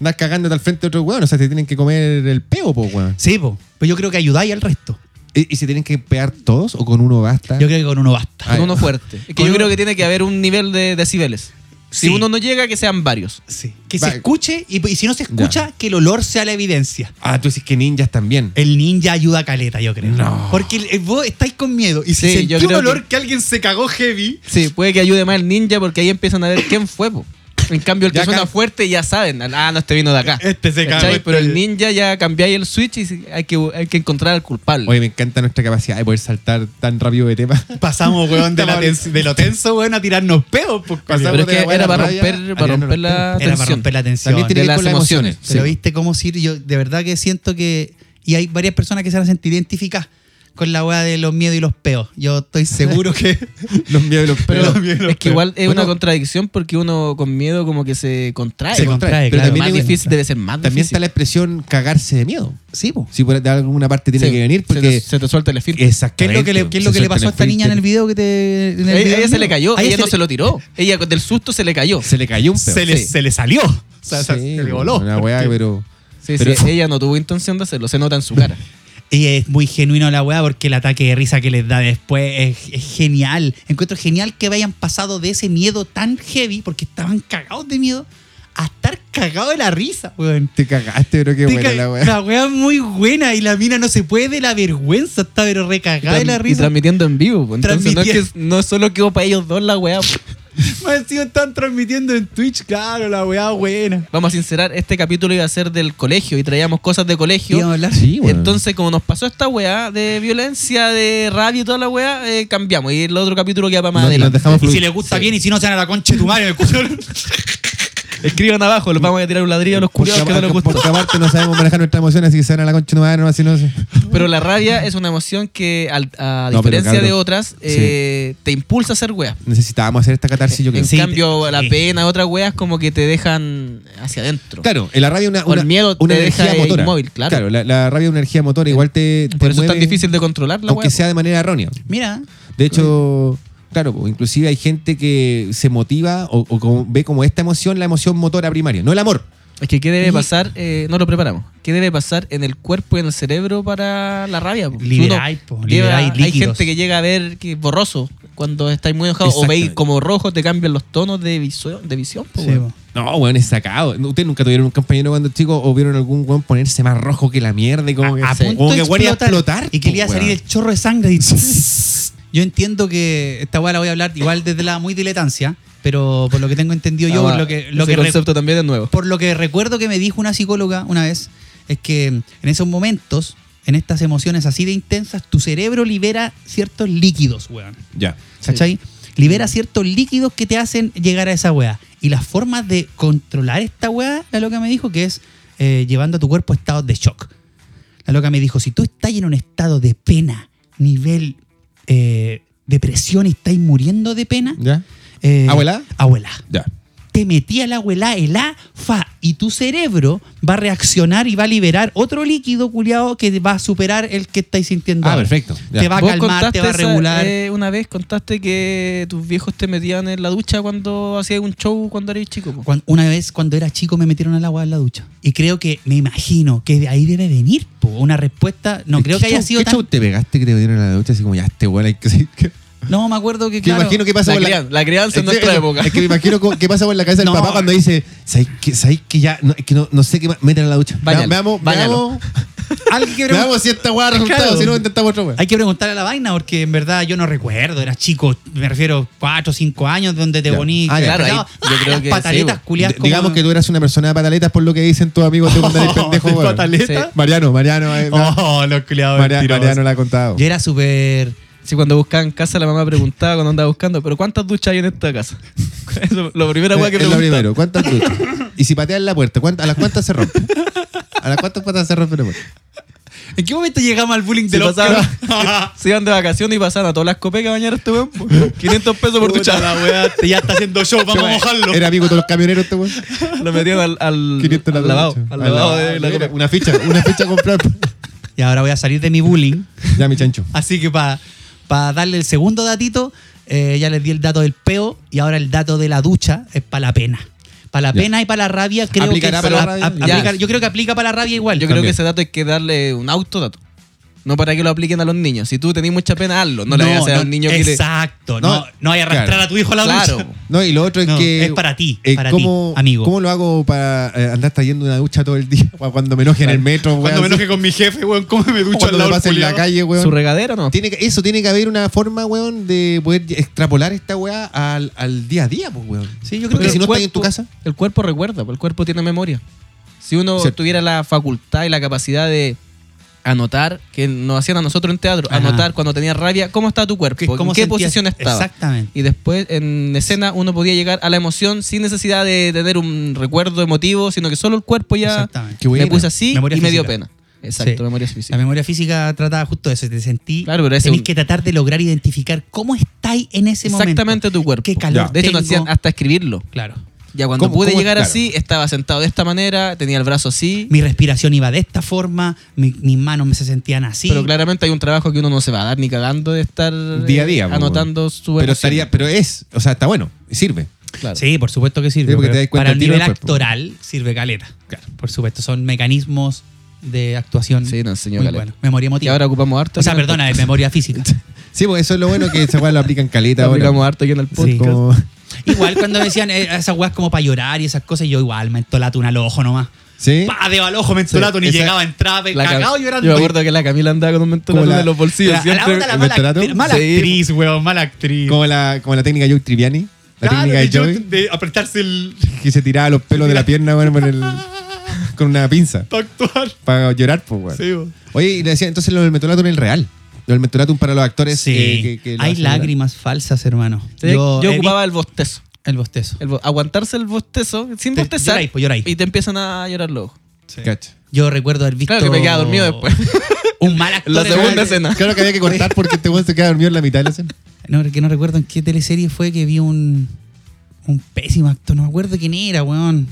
S3: Andas cagándote al frente de otro weón. O sea, te tienen que comer el peo, pues, weón.
S2: Sí, po. pero yo creo que ayudáis al resto.
S3: ¿Y, y se tienen que pegar todos o con uno basta?
S2: Yo creo que con uno basta.
S3: [LAUGHS] Ay,
S4: Con uno fuerte. Es que
S2: Con
S4: yo
S2: uno-
S4: creo que tiene que haber un nivel de decibeles. Si
S2: Sí.
S4: uno no llega, que sean varios.
S2: Sí. Que
S3: Va-
S2: se escuche y, y si no se escucha, que el olor sea la evidencia.
S3: Ah, tú dices que ninjas también.
S2: El ninja ayuda a caleta, yo creo.
S3: No.
S2: Porque el- vos estáis con miedo y si
S4: Sí, yo
S2: sentís un
S4: creo
S2: olor que... alguien se cagó heavy.
S4: Sí, puede que ayude más el ninja porque ahí empiezan a ver quién fue. po. En cambio, el que
S3: Ya
S4: suena
S3: cam-
S4: fuerte ya saben. Ah, no, este vino de acá.
S2: Este se cagó,
S4: ¿Cachai?
S2: este-
S4: Pero el ninja ya cambiáis el switch y sí, hay que, hay que encontrar al culpable.
S3: Oye, me encanta nuestra capacidad de poder saltar tan rápido de tema.
S2: Pasamos, weón, de, la
S3: Estamos-
S2: tens- de lo tenso, weón, a tirarnos peos. Pues,
S3: Pasamos
S2: culiao.
S4: Pero es
S3: de
S4: que
S3: buena
S4: era para
S3: raya
S4: romper,
S3: a
S4: para
S3: tirarnos
S4: romper
S3: los
S4: la
S2: Era para
S4: tensión.
S2: romper la tensión.
S3: También
S4: De
S3: tiene que ver
S4: las
S3: con las emociones.
S4: emociones.
S2: Pero
S3: Sí.
S2: viste cómo sirve. Yo de verdad que siento que. Y hay varias personas que se van a sentir identificadas con la weá de los miedos y los peos. Yo estoy
S3: [LAUGHS]
S2: seguro que.
S3: Los miedos y los
S4: Pero
S3: pelos.
S4: es que igual es
S3: Bueno,
S4: una contradicción porque uno con miedo como que se contrae.
S2: Se
S4: Más
S2: contrae,
S3: Pero
S2: claro.
S3: también,
S2: Más
S3: hay-
S4: difícil, debe ser más
S3: también está
S4: difícil.
S3: la expresión cagarse de miedo.
S2: Sí, po.
S3: Si por de alguna parte tiene
S4: Sí,
S3: que venir,
S4: se
S3: porque.
S4: te, se te suelta el filtro.
S2: ¿Qué
S3: Exactamente.
S2: es lo que le, qué es lo que le pasó a esta niña en el video que te. en el
S4: Ella,
S2: video
S4: ella se
S2: mío?
S4: le cayó,
S2: A
S4: ella no
S2: le-
S4: se lo tiró. Ella del susto se le cayó.
S3: Se le cayó un peo.
S2: Se le,
S4: Sí.
S2: se le salió. O sea, se-
S3: Sí,
S2: se le voló.
S3: Una weá,
S2: Porque-
S3: pero.
S4: Sí,
S3: pero-
S4: sí, ella no tuvo intención de hacerlo, se nota en su cara.
S2: Y es muy genuino la weá porque el ataque de risa que les da después es, es genial. Encuentro genial que hayan pasado de ese miedo tan heavy, porque estaban cagados de miedo, a estar cagados de la risa, weón.
S3: Te cagaste, pero qué
S2: Te
S3: buena
S2: ca-
S3: la weá.
S2: la weá es muy buena y la mina no se puede de la vergüenza, está pero recagada de
S4: Tran-
S2: la
S4: y
S2: risa.
S4: transmitiendo en vivo. po. Entonces no es, que,
S2: Transmitiendo.
S4: no es solo quedó para ellos dos la weá. pues. po.
S2: Más encima están transmitiendo en Twitch, claro, la weá buena.
S4: Vamos a sincerar, este capítulo iba a ser del colegio y traíamos cosas de colegio.
S2: Íbamos a hablar-
S3: Sí, weón.
S4: Entonces, como nos pasó esta weá de violencia, de rabia y toda la weá, eh, cambiamos. Y el otro capítulo queda para más
S3: Nos- nos
S4: adelante.
S3: dejamos
S2: Y si
S3: fluir.
S2: les gusta bien y si no, sean a la concha de tu madre.
S4: Escriban abajo, los vamos a tirar un ladrillo a los
S3: Porque,
S4: curiosos que no les gustó.
S3: porque aparte no sabemos manejar nuestras emociones, así que se van a la concha nomás, nomás, si no. se-
S4: [LAUGHS] Pero la rabia es una emoción que, al- a
S3: No, pero
S4: diferencia de
S3: cabrón.
S4: otras, eh, te impulsa a hacer weá.
S3: Necesitábamos hacer esta catarsis, yo creo.
S4: En
S2: Sí,
S4: cambio, la
S2: sí.
S4: pena, otras weas como que te dejan hacia adentro.
S3: Claro, en la radio una,
S4: O el
S3: una-
S4: miedo
S3: una
S4: te
S3: energía
S4: deja
S3: motora.
S4: inmóvil, claro.
S3: la, la radio es una energía motora, igual te, te
S4: Por eso es tan
S3: mueve,
S4: difícil de controlar la
S3: aunque
S4: wea.
S3: sea de manera errónea.
S2: [LAUGHS] Mira,
S3: De hecho, claro, po, inclusive hay gente que se motiva o, o como- ve como esta emoción la emoción motora primaria, no el amor.
S4: Es que, ¿qué debe
S2: Oye.
S4: pasar? Eh, no lo preparamos. ¿Qué debe pasar en el cuerpo y en el cerebro para la rabia? po?
S2: Liberáis,
S4: Uno
S2: po,
S4: lleva-
S2: liberáis
S4: Hay
S2: líquidos.
S4: gente que llega a ver que borroso cuando estáis muy enojados o veis
S3: Exactamente.
S4: como rojo, te cambian los tonos de visión. De visión po,
S2: Sí,
S4: weón.
S2: po.
S3: No, weón, es sacado. ¿Ustedes nunca tuvieron un compañero cuando chicos o vieron algún weón ponerse más rojo que la mierda y como que,
S2: a, a
S3: se-
S2: punto
S3: como
S2: de
S3: que weón iba a
S2: explotar,
S3: explotar?
S2: y
S3: po,
S2: que le iba a salir
S3: weón.
S2: el chorro de sangre y [LAUGHS] yo entiendo que esta weá la voy a hablar igual desde la muy diletancia pero por lo que tengo entendido yo
S4: Ah,
S2: por lo que lo
S4: ese
S2: que re-
S4: concepto también es nuevo.
S2: por lo que recuerdo que me dijo una psicóloga una vez es que en esos momentos en estas emociones así de intensas tu cerebro libera ciertos líquidos weón
S3: Ya.
S2: ¿cachai? libera ciertos líquidos que te hacen llegar a esa weá y las formas de controlar esta weá la loca me dijo que es eh, llevando a tu cuerpo a estados de shock la loca me dijo, si tú estás en un estado de pena, nivel eh, depresión y estás muriendo de pena,
S3: ¿Ya?
S2: eh,
S3: ¿Abuela?
S2: Abuela.
S3: Ya.
S2: Te metí a la abuela, el A, fa, y tu cerebro va a reaccionar y va a liberar otro líquido culiado que va a superar el que estáis sintiendo.
S3: Ah,
S2: ahora.
S3: perfecto. ya.
S2: Te va a
S4: Vos
S2: calmar, te va a
S4: contaste esa-
S2: regular.
S4: eh, una vez contaste que tus viejos te metían en la ducha cuando hacías un show cuando eres chico. po.
S2: Cuan- una vez cuando era chico me metieron al agua en la ducha. Y creo que, me imagino, que de ahí debe venir po, una respuesta. No creo
S3: ¿Qué
S2: que haya
S3: show-
S2: sido
S3: ¿Qué
S2: tan...
S3: show te pegaste que te metieron a la ducha así como ya este weón hay que...
S2: No, me acuerdo que.
S3: Que
S2: claro,
S3: imagino que pasa
S4: La
S3: con
S4: crian- la crianza en nuestra
S3: eso,
S4: época.
S3: Es que me imagino co- qué pasa por la cabeza del
S2: [LAUGHS] No.
S3: papá cuando dice, ¿sabéis que, sabéis que ya? No, es que no, no sé qué más. Métela a la ducha.
S4: Báñalo,
S3: veamos,
S4: báñalo.
S3: veamos,
S2: [LAUGHS] Alguien que pregun-
S3: veamos si esta weá ha resultado,
S2: Claro.
S3: si no intentamos otra weá.
S2: Hay que preguntarle a la vaina porque en verdad yo no recuerdo, era chico, me refiero 4 o 5 años donde te
S3: Ya.
S2: poní
S3: Ah, ya.
S2: te
S4: Claro, ahí
S2: ah,
S4: yo creo
S2: [LAUGHS] las
S4: que
S2: pataletas
S4: sí, bo.
S2: culiadas
S3: pues. D-
S2: como- Oh,
S3: Digamos que tú eras una persona de pataletas por lo que dicen tus
S2: [LAUGHS]
S3: amigos de cuando eres pendejo,
S2: ¿De
S3: weón.
S2: pataleta?
S4: Sí.
S3: Mariano, Mariano. eh,
S2: Oh, los culiados
S3: Maria-
S2: mentirosos.
S3: Mariano la ha contado.
S2: Yo era súper
S4: Sí, cuando buscaba en casa, la mamá preguntaba cuando andaba buscando, pero ¿cuántas duchas hay en esta casa? [LAUGHS] Eso, lo primero que
S3: es lo
S4: preguntan.
S3: primero, ¿cuántas duchas? Y si pateas la puerta, ¿cuántas- ¿a las cuántas se rompe? ¿A las cuántas patas se rompe la puerta?
S2: ¿En qué momento llegamos al bullying
S4: Se,
S2: del Oscar? [LAUGHS]
S4: pasaban,
S2: Ah,
S4: se iban de vacaciones y pasaban a todas las copecas a bañar a este weón.
S3: [LAUGHS]
S4: po. 500 pesos por
S2: Puta
S4: ducha.
S2: la wea, te- ya está haciendo show, vamos a mojarlo.
S3: Era amigo de todos los camioneros, este weón.
S4: [LAUGHS] Lo metían al, al,
S3: 500 la
S4: al lavado.
S3: ducha.
S4: Al lavado de la
S3: Mira,
S4: copa.
S3: Una ficha, una ficha a comprar.
S2: Y ahora voy a salir de mi bullying. [LAUGHS]
S3: Ya, mi chancho.
S2: Así que para darle el segundo datito, eh, ya les di el dato del peo y ahora el dato de la ducha es para la pena. Para la
S3: Ya.
S2: pena y para la rabia, creo
S3: ¿Aplicará
S2: que
S3: para la
S2: a-
S3: rabia?
S2: a-
S3: Ya.
S2: aplica- yo creo que aplica para la rabia igual.
S4: Yo creo
S3: También.
S4: que ese dato hay que darle un autodato. No para que lo apliquen a los niños. Si tú tenés mucha pena, hazlo. No, le vayas a hacer a un niño que le...
S2: Exacto, no,
S3: No,
S2: no, hay arrastrar
S3: claro.
S2: a tu hijo a la
S4: Claro.
S2: ducha.
S3: No, y lo otro es
S2: No,
S3: que. eh,
S2: es para ti, para ti,
S3: ¿cómo,
S2: amigo.
S3: ¿Cómo lo hago para eh, andar trayendo una ducha todo el día? [LAUGHS] Pa' Cuando me enoje en el metro, weón. así.
S2: con mi jefe, weón, ¿cómo me
S3: Cuando me pase en la calle,
S4: ¿Su
S3: weón.
S4: regadera no?
S3: Tiene que- eso tiene que haber una forma, weón, de poder extrapolar esta weá al, al día a día, pues, weón.
S2: Sí, yo creo
S3: Porque
S2: que
S3: si no
S2: el
S3: estás en
S2: cuerpo-
S3: tu casa.
S4: El cuerpo recuerda, pues, el cuerpo tiene memoria. Si uno
S3: Cierto.
S4: tuviera la facultad y la capacidad de anotar, que nos hacían a nosotros en teatro,
S2: Ajá.
S4: anotar cuando tenía rabia, cómo estaba tu cuerpo,
S2: Que-
S4: en
S2: cómo
S4: qué
S2: sentías-
S4: posición estaba.
S2: Exactamente.
S4: Y después en escena uno podía llegar a la emoción sin necesidad de tener un recuerdo emotivo, sino que solo el cuerpo ya
S2: Exactamente.
S3: Qué buena.
S4: me puse así
S2: Memoria
S4: y me dio
S2: física.
S4: pena. Exacto,
S2: Sí.
S4: memoria
S2: La
S4: física.
S2: memoria física trataba justo de eso, te sentí.
S4: Claro, pero ese
S2: tenés
S4: un-
S2: que tratar de lograr identificar cómo estáis en ese momento.
S4: Exactamente tu cuerpo.
S2: Qué calor
S4: De hecho, nos
S2: tengo.
S4: hacían hasta escribirlo.
S2: Claro.
S4: Ya cuando
S3: ¿Cómo-
S4: pude
S3: cómo es?
S4: llegar
S3: Claro.
S4: así, estaba sentado de esta manera, tenía el brazo así.
S2: Mi respiración iba de esta forma, mi- mis manos me se sentían así.
S4: Pero claramente hay un trabajo que uno no se va a dar ni cagando de estar
S3: Día a
S4: eh,
S3: día, pues,
S4: anotando su
S3: Pero,
S4: emoción.
S3: estaría, pero es, o sea, está bueno, y sirve.
S4: Claro.
S2: Sí, por supuesto que sirve.
S3: Sí, porque te
S2: pero
S3: das cuenta
S2: para el
S3: al tiro
S2: nivel
S3: del cuerpo.
S2: actoral sirve caleta. Claro. Por supuesto, son mecanismos de actuación.
S4: Sí, nos enseñó
S2: muy
S4: caleta.
S2: buenos. Memoria
S4: Y
S2: emotiva.
S4: ahora ocupamos harto.
S2: o sea,
S4: aquí en el
S2: perdona, de memoria
S4: [LAUGHS]
S2: física.
S3: Sí, pues eso es lo bueno que esa weá lo aplican caleta
S4: podcast.
S3: ahora.
S4: Ocupamos harto aquí en el podcast.
S2: Sí.
S3: Como-
S2: igual cuando decían eh, esas weas como para llorar y esas cosas, yo igual me entolato una al ojo nomás.
S3: ¿Sí?
S2: Pa, de al ojo me entolato, ni
S3: esa-
S2: llegaba, entraba,
S4: La Cam-
S2: cagado llorando.
S4: Yo me acuerdo que la Camila andaba con un mentolato
S3: Como la-
S4: de los bolsillos.
S2: La-
S4: siempre.
S2: la, la,
S3: ¿El
S2: mala,
S3: mentolato?
S2: actri- mala
S4: Sí. pues.
S2: actriz, weón, mala actriz.
S3: Como la, como la técnica de Joe Triviani. La
S2: Claro,
S3: técnica de
S2: yo-
S3: Joe.
S2: de oh, apretarse el.
S3: Que se tiraba los pelos de la pierna, weón, con, el- con una pinza.
S2: para actuar.
S3: Para llorar, pues, weón.
S2: Sí, weón.
S3: Oye, y le decía, entonces lo del metolatum es real. Lo del metolatum para los actores. eh, que- que lo
S2: Hay
S3: hacen real.
S2: lágrimas falsas, hermano.
S4: Sí, [LAUGHS] Yo,
S2: he
S4: ocupaba el bostezo.
S2: visto el bostezo.
S4: El bo- aguantarse el bostezo sin
S2: Te-
S4: bostezar.
S2: lloráis, pues, lloráis.
S4: Y te empiezan a llorar los ojos.
S3: Cacha.
S2: Yo recuerdo haber visto.
S4: Claro que me quedaba dormido después.
S2: [LAUGHS] Un mal actor.
S4: La segunda
S2: era-
S4: escena.
S3: Claro que había que cortar porque este weón se queda dormido en la mitad de la [LAUGHS] escena.
S2: No, que no recuerdo en qué teleserie fue que vi un. Un pésimo actor. No me acuerdo quién era, weón.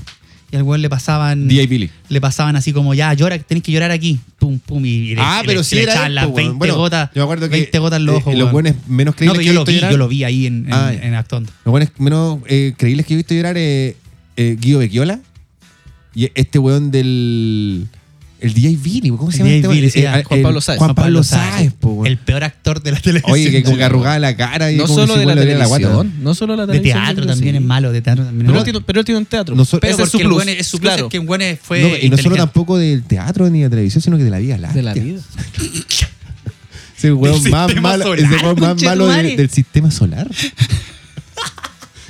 S2: Y al weón le pasaban.
S3: DJ Billy.
S2: Le pasaban así como, ya, llora, que tenés que llorar aquí. Pum, pum. Y le,
S3: ah,
S2: y le-
S3: pero
S2: le
S3: sí era.
S2: echaban
S3: él,
S2: las
S3: pues, weón.
S2: 20
S3: Bueno,
S2: gotas.
S3: Yo me acuerdo que.
S2: 20 gotas en los
S3: eh,
S2: ojos,
S3: Los
S2: weón.
S3: buenos menos
S2: No,
S3: creíbles
S2: pero
S3: que
S2: yo
S3: he
S2: lo
S3: visto
S2: vi,
S3: llorar-
S2: yo lo vi ahí en, en,
S3: Ah, ya.
S2: en actuando.
S3: Los buenos menos eh, creíbles que he visto llorar eh, eh, Guido Becchiola y este weón del. El DJ Billy, ¿cómo
S2: El
S3: se llama
S2: DJ
S3: este weón?
S2: Billy, sí,
S3: Eh,
S2: ah,
S3: eh,
S4: Juan Pablo Sáez.
S3: Juan Pablo Sáez, po, weón.
S2: El peor actor de la televisión.
S3: Oye, que como que
S2: chilena.
S3: arrugaba la cara y
S4: No
S3: como
S4: solo
S3: si
S4: de
S3: weón
S4: la
S3: le doliera guata.
S4: televisión. No solo la
S2: De
S4: televisión.
S2: teatro
S4: yo creo que
S2: también
S4: sí.
S2: es malo, de teatro también es
S4: Pero él
S2: malo.
S4: tiene- Pero él tiene un teatro.
S3: No so-
S2: Pero
S4: Ese es su
S2: porque el
S4: plus.
S2: weón es su plus
S4: Claro.
S2: es que un buen fue
S3: No, y no solo
S2: inteligente.
S3: tampoco del teatro ni de la televisión, sino que de la vida láctea.
S4: De la vida.
S3: Ese weón
S2: Del
S3: más
S2: sistema
S3: malo,
S2: solar,
S3: ese weón más
S2: conche
S3: malo
S2: tu
S3: de-
S2: madre.
S3: del sistema solar.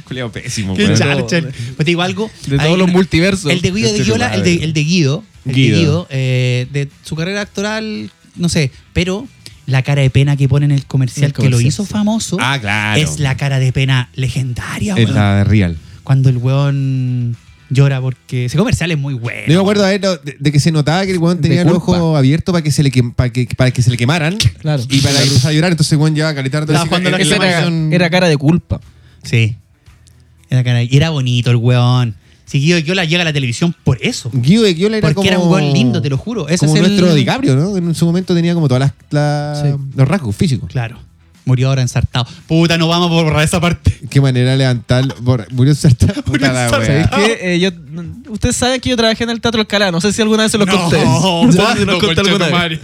S3: Culeado pésimo,
S2: Qué
S3: weón.
S2: Charcher. Pues te digo algo.
S4: De
S2: hay
S4: todos los
S2: una-
S4: multiversos.
S2: El de Guido de
S3: Este
S2: Viola, el de,
S3: madre.
S2: el de Guido, el de
S3: Guido.
S2: Guido, eh, de su carrera actoral, no sé, pero la cara de pena que pone en el comercial,
S4: El
S2: que lo
S4: comercial,
S2: hizo
S4: sí.
S2: famoso
S3: Ah, claro.
S2: es la cara de pena legendaria,
S3: Es
S2: weón.
S3: la de Real.
S2: Cuando el weón llora porque ese comercial es muy bueno.
S3: No me acuerdo a él, no, de, de que se notaba que el weón tenía el
S4: culpa.
S3: ojo abierto para que se le, quem- para que, para que se le quemaran
S4: Claro.
S3: y para empezar a llorar. Entonces el weón llevaba calentar
S2: Estaba jugando la
S4: Ese era, era cara de culpa.
S2: Sí. Era cara- y era bonito el weón. Si Guido de Viola llega a la televisión por eso.
S3: Guido de Kiola era
S2: Porque
S3: como.
S2: era un weón lindo, te lo juro. Ese
S3: como
S2: es el-
S3: nuestro DiCaprio, ¿no? En su momento tenía como todas las, la-
S2: Sí.
S3: los rasgos físicos.
S2: Claro. Murió ahora ensartado. Puta, no vamos a borrar esa parte.
S3: Qué manera de levantar. por- Murió saltar. Puta la
S2: saltar.
S3: weá.
S4: ¿Sabéis qué? Eh, yo- n- ustedes saben que yo trabajé en el Teatro Alcalá. No sé si alguna vez se
S2: [LAUGHS] No,
S4: los [LAUGHS] conté. No sé si se los conté alguna vez.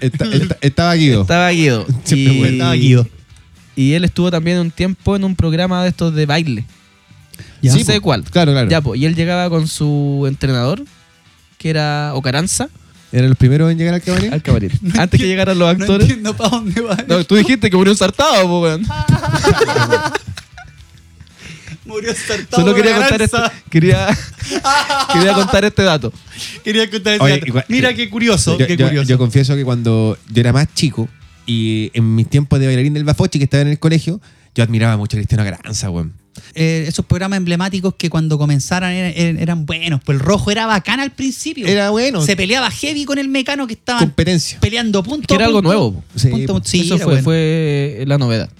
S3: Esta- esta- Estaba Guido.
S4: Estaba Guido.
S3: Siempre
S4: y,
S3: bueno.
S2: Estaba Guido.
S4: Y él estuvo también un tiempo en un programa de estos de baile.
S2: Ya.
S4: no
S3: Sí,
S4: sé
S3: po.
S4: cuál.
S3: Claro, claro.
S4: Ya, po, y él llegaba con su entrenador, que era Ocaranza,
S3: Eran los primeros en llegar al cabaret.
S4: al cabaret. Antes que llegaran los
S2: No
S4: actores.
S2: entiendo para dónde va.
S4: No, tú dijiste que murió un sartado, po, weón.
S2: Murió saltado.
S4: Solo quería contar, este, quería, [LAUGHS] quería contar este dato.
S2: Quería contar ese
S3: Oye,
S2: dato.
S3: igual-
S2: Mira qué curioso,
S3: Yo,
S2: qué
S3: yo-
S2: curioso.
S3: yo confieso que cuando yo era más chico y en mis tiempos de bailarín del Bafochi que estaba en el colegio, yo admiraba mucho a Cristiano Garanza, weón.
S2: Eh, esos programas emblemáticos que cuando comenzaran eran, eran- eran buenos. Pues el rojo era bacán al principio.
S3: Era bueno.
S2: Se peleaba heavy con el mecano que
S4: Ah.
S2: estaban
S3: Competencia.
S2: peleando punto.
S4: Que era
S2: a
S4: algo
S2: punto,
S4: nuevo, po.
S2: punto a
S3: Sí, pues.
S2: punto. Sí,
S4: Eso
S2: era
S4: fue,
S2: bueno.
S4: fue la novedad.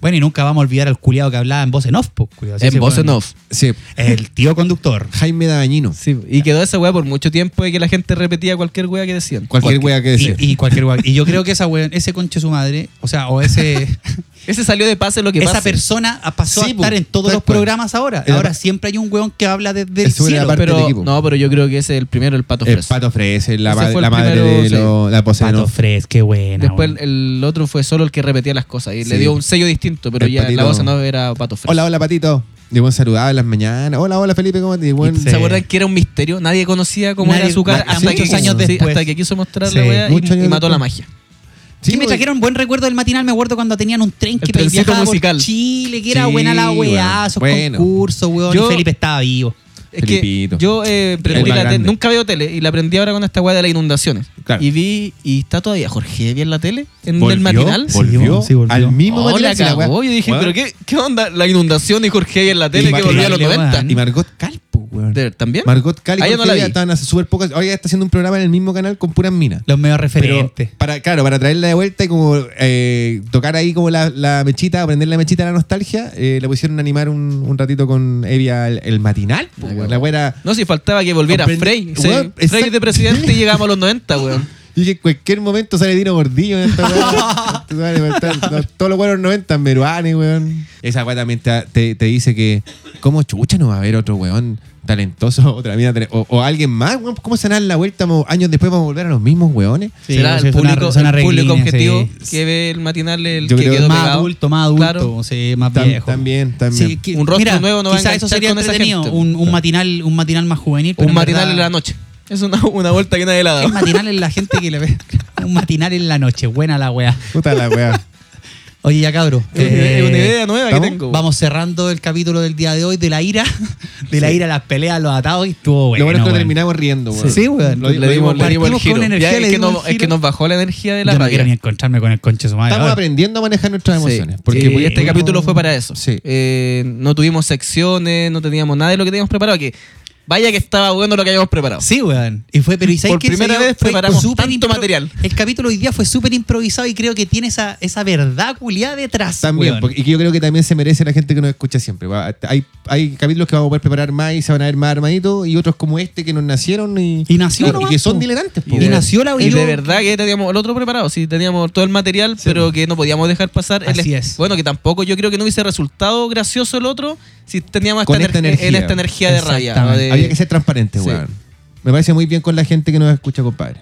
S2: Bueno, y nunca vamos a olvidar al culiado que hablaba en voz en off. po, culiao. Así
S4: en
S2: se
S4: voz en
S2: pone-
S4: off.
S3: Sí.
S2: El tío conductor.
S3: Jaime Dabañino.
S4: Sí, y quedó esa weá por mucho tiempo de que la gente repetía cualquier weá que decían.
S3: Cualquier wea que
S2: Y,
S3: decía.
S2: y cualquier guay. Y yo creo que esa weón, ese conche su madre, o sea, o ese
S3: [LAUGHS]
S4: Ese salió de pase lo que
S2: esa
S4: pase.
S2: persona pasó a
S3: Sí, po,
S2: estar en todos
S3: tal
S2: los
S3: cual.
S2: programas ahora.
S3: Era
S2: ahora
S3: pa-
S2: siempre hay un weón que habla desde el
S3: Eso era
S2: cielo.
S3: parte del
S4: pero,
S3: equipo.
S4: no, pero yo creo que ese es el primero, el Pato
S3: el
S4: Fres.
S3: Pato Frese, la,
S4: Ese
S3: ma-
S4: fue el
S3: la madre
S4: primero,
S3: de
S4: sí.
S3: lo- la Poseno.
S2: Pato Fres, qué buena.
S4: Después
S2: weón.
S4: el otro fue solo el que repetía las cosas y
S3: Sí.
S4: le dio un sello distinto, pero
S3: El
S4: ya la
S3: patito.
S4: voz no era Pato Fres.
S3: Hola, hola, Patito. Y buen saludaba en las mañanas. Hola, hola, Felipe, ¿cómo te buen-
S2: Y
S4: ¿Se acuerdan que era un misterio? Nadie conocía cómo
S2: Nadie-
S4: era su cara
S2: ma-
S4: hasta,
S2: muchos
S4: que,
S2: años
S4: sí,
S2: después.
S4: hasta que quiso mostrar
S2: Sí,
S4: la weá y,
S3: muchos años
S4: y mató
S3: después.
S4: la magia.
S2: Sí,
S3: Sí,
S2: me
S3: pues,
S2: trajeron buen recuerdo del matinal, me acuerdo cuando tenían un tren que
S4: El trencito
S2: viajaba
S4: musical.
S2: por Chile, que era
S3: Sí,
S2: buena la weá,
S3: weón.
S2: esos
S3: Bueno.
S2: concursos, weón,
S4: Yo-
S2: y Felipe estaba vivo.
S4: Es que
S3: Felipito.
S4: yo eh,
S3: más
S4: prendí la tele,
S3: grande.
S4: nunca veo tele y la aprendí ahora con esta weá de las inundaciones.
S3: Claro.
S4: Y vi, y está todavía Jorge bien en la tele, en
S3: volvió,
S4: el matinal.
S3: Volvió,
S2: Sí, pues, volvió.
S3: al mismo
S4: Oh, la
S3: matinal. si la wea-
S4: cagó. Yo dije,
S3: Weón.
S4: ¿pero qué, qué onda? La inundación y Jorge Javier en la tele que volvió a los
S2: Imagínate,
S4: 90.
S2: weón.
S3: Y Margot Calpo, weón.
S4: ¿De- ¿También?
S3: Margot Cal y
S4: Ah, yo
S3: Jorge
S4: no la
S3: Vega
S4: vi.
S3: estaban hace súper pocas. Ahora ya está haciendo un programa en el mismo canal con puras minas.
S2: Los medios
S3: Pero
S2: referentes.
S3: para, claro, para traerla de vuelta y como eh, tocar ahí como la, la mechita, aprender la mechita de la nostalgia, eh, la pusieron a animar un, un ratito con Evia el, el matinal. po,
S4: Ah,
S3: weón.
S4: cabrón.
S3: la güera.
S4: No, si faltaba que volviera
S3: Comprende-
S4: Frey. sí.
S3: Weón,
S4: Frey
S3: exacto.
S2: [LAUGHS]
S4: de presidente y llegamos a los 90, weón.
S3: Y que en cualquier momento sale Dino Gordillo en esta [LAUGHS] weá. Tú sabes, weón, están- no, Todos los buenos 90, Meruane, weón. Esa weá también te, te- te dice que, ¿cómo chucha no va a haber otro weón talentoso, [LAUGHS] otra mina, tale- o, o alguien más? weón? ¿Cómo se dan la vuelta mo- años después vamos a volver a los mismos weones?
S2: Sí,
S4: Será
S2: sí,
S4: el
S2: es una-
S4: público,
S2: son
S4: el público
S2: arreglines,
S4: objetivo
S2: sí.
S4: que ve el matinal el
S3: Yo
S4: que
S3: creo-
S4: quedó
S2: más
S4: pegado.
S2: adulto, más adulto,
S4: Claro.
S2: sí, más
S3: Tam-
S2: viejo.
S3: También, también.
S2: Sí, que-
S4: Un rostro nuevo no va a
S2: quizá eso
S4: enganchar
S2: sería
S4: con esa
S2: entretenido,
S4: gente,
S2: un, un matinal, un matinal más juvenil. pero
S4: Un
S2: en
S4: matinal
S2: verdad-
S4: en la noche. [LAUGHS] Es una, una vuelta que nadie le
S2: [LAUGHS]
S4: ha
S2: El
S4: dado.
S2: matinal en la gente que le ve. Un matinal en la noche, buena la weá.
S3: Puta la weá.
S2: Oye, ya cabro.
S4: Es una idea-
S2: eh,
S4: [LAUGHS] es una idea nueva que
S3: ¿estamos?
S4: tengo.
S2: Vamos cerrando el capítulo del día de hoy de la ira, de la ira, las peleas, los atados y estuvo bueno.
S3: lo bueno es que lo
S2: weón.
S3: terminamos riendo, weón.
S2: Sí, weón.
S3: Lo-
S4: le dimos, le dimos el
S2: partimos con
S4: giro.
S2: energía,
S4: Ya,
S2: le
S4: es, que
S2: dimos
S4: no-
S2: el
S4: es que
S2: giro.
S4: nos bajó la energía de la
S2: Yo no
S4: radio.
S2: quiero ni encontrarme con el conche de su madre.
S3: Estamos
S2: ahora.
S3: aprendiendo a manejar nuestras emociones.
S4: Sí.
S3: Porque
S4: Sí,
S3: pudimos-
S4: este capítulo fue para eso.
S3: Sí.
S4: Eh, no tuvimos secciones, no teníamos nada de lo que teníamos preparado. Que vaya que estaba bueno lo que habíamos preparado.
S2: Sí, weón. Y fue, pero ¿y sabes
S4: Por
S2: qué?
S4: primera
S2: Se dio-
S4: vez
S2: fue
S4: preparamos
S2: súper
S4: tanto
S2: impro-
S4: material.
S2: El capítulo hoy día fue súper improvisado y creo que tiene esa, esa verdad culiada detrás.
S3: También,
S2: weón.
S3: porque- y que yo creo que también se merece la gente que nos escucha siempre. va. Hay, hay capítulos que vamos a poder preparar más y se van a ver más armaditos, y otros como este que nos nacieron y,
S2: Y nació
S3: y- y
S2: nomás,
S3: que son
S2: po.
S3: diletantes. po.
S2: Y
S4: de-
S2: nació la
S4: Y
S2: yo-
S4: de verdad que teníamos el otro preparado, sí, teníamos todo el material, pero que no podíamos dejar pasar. el
S2: Así
S4: est-
S2: es.
S4: Bueno, que tampoco yo creo que no hubiese resultado gracioso el otro si teníamos esta
S3: Con esta
S4: energía-
S3: energía.
S4: en esta energía de rabia. ¿no?
S2: Exactamente.
S4: De-
S3: Había que ser transparente,
S4: Sí.
S3: weón. Me parece muy bien con la gente que nos escucha, compadre.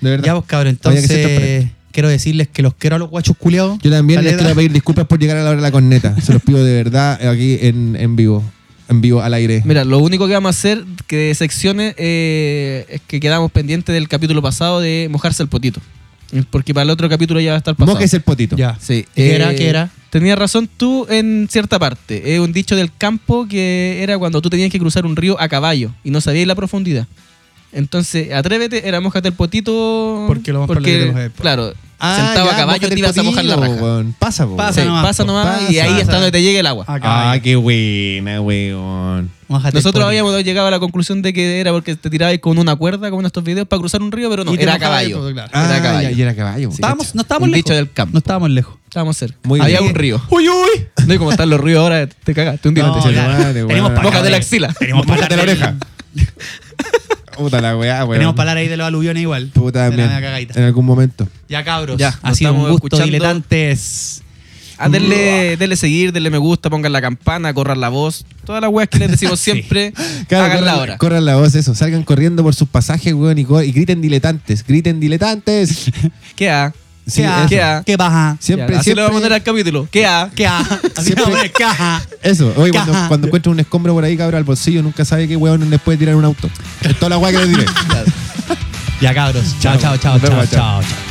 S3: De verdad.
S2: Ya vos, cabrón,
S3: Había que ser
S2: entonces quiero decirles que los quiero a los guachos culiados.
S3: yo también les
S2: Caleta.
S3: quiero pedir disculpas por llegar a la hora de la corneta. Se los pido de verdad eh, aquí en, en vivo. En vivo, al aire.
S4: Mira, lo único que vamos a hacer que de secciones eh, es que quedamos pendientes del capítulo pasado de mojarse el potito. Porque para el otro capítulo ya va a estar pasado.
S3: Mojes el potito.
S2: Ya.
S4: Sí.
S2: ¿Qué era? ¿Qué era?
S4: Tenías razón tú en cierta parte. Es un dicho del campo que era cuando tú tenías que cruzar un río a caballo y no sabías la profundidad. Entonces, atrévete, era mojate el potito.
S2: Porque lo más probable es que te mojes el potito.
S4: Claro,
S3: Ah,
S4: sentado a
S3: ya,
S4: caballo
S3: mójate
S4: te
S3: el
S4: ibas a mojar la
S3: potito,
S4: raja.
S3: weón. Pasa, po,
S2: Pasa
S4: Sí,
S3: weón.
S2: nomás,
S4: pasa
S2: po,
S4: nomás y
S2: pasa.
S4: ahí está donde te llegue el agua.
S3: Ah, qué buena, weón.
S2: Mójate el
S4: Nosotros
S2: poli.
S4: habíamos llegado a la conclusión de que era porque te tirabas con una cuerda, como en estos videos, para cruzar un río, pero no,
S2: Y te
S4: era a
S2: mojabas el
S4: caballo.
S2: poto, claro.
S4: Era a
S3: Ah,
S4: caballo.
S3: ya, y era caballo.
S2: Estábamos- no estábamos
S4: Un
S2: lejos.
S4: dicho del campo.
S2: No estábamos lejos.
S4: Estábamos cerca.
S3: Muy
S4: Había
S3: bien.
S2: [LAUGHS]
S4: un río.
S2: ¡Uy, uy!
S4: No, y como están los ríos ahora, te cagas, te hundiste.
S2: No,
S3: Concha de
S2: claro.
S3: madre, weón.
S2: Tenemos para
S4: Mójate
S2: hablar de-
S4: la axila.
S2: Tenemos para
S3: Mójate la
S2: hablar de-
S3: oreja.
S2: [LAUGHS]
S3: Puta la weá, weón.
S2: Tenemos para hablar ahí de los aluviones igual.
S3: Puta Eh,
S2: De la
S3: también.
S2: media cagadita.
S3: En algún momento.
S2: Ya, cabros.
S4: Ya,
S2: ha
S4: nos
S2: sido un
S4: estamos
S2: gusto,
S4: escuchando.
S2: diletantes.
S4: Ah,
S3: Mm.
S4: denle, denle seguir, denle me gusta, pongan la campana, corran la voz. Todas las weas que
S3: [LAUGHS]
S4: les decimos
S2: Sí.
S4: siempre,
S3: Claro,
S4: háganla
S3: corran,
S4: ahora.
S3: corran la voz,
S2: [LAUGHS]
S3: eso. Salgan corriendo por sus pasajes, weón, y, co- y griten diletantes. Griten diletantes.
S4: ¿Qué ha?
S3: Sí,
S2: ¿Qué,
S3: eso.
S2: ha?
S4: ¿Qué ha?
S2: ¿Qué baja?
S3: Siempre,
S4: Ya, así
S3: siempre.
S4: le voy a poner al capítulo. ¿Qué ha?
S2: [LAUGHS] ¿Qué ha? Así
S3: Siempre-
S2: que, hombre, ¿qué ha?
S3: Eso, oye, cuando,
S2: Caja.
S3: cuando encuentras un escombro por ahí, cabrón, al bolsillo, nunca sabe qué hueón les
S2: [LAUGHS]
S3: puede tirar un auto. Es toda la guay que le diré.
S2: Ya cabros. Chao, chao, chao,
S3: Nos vemos,
S2: chao,
S3: chao.
S2: chao, chao.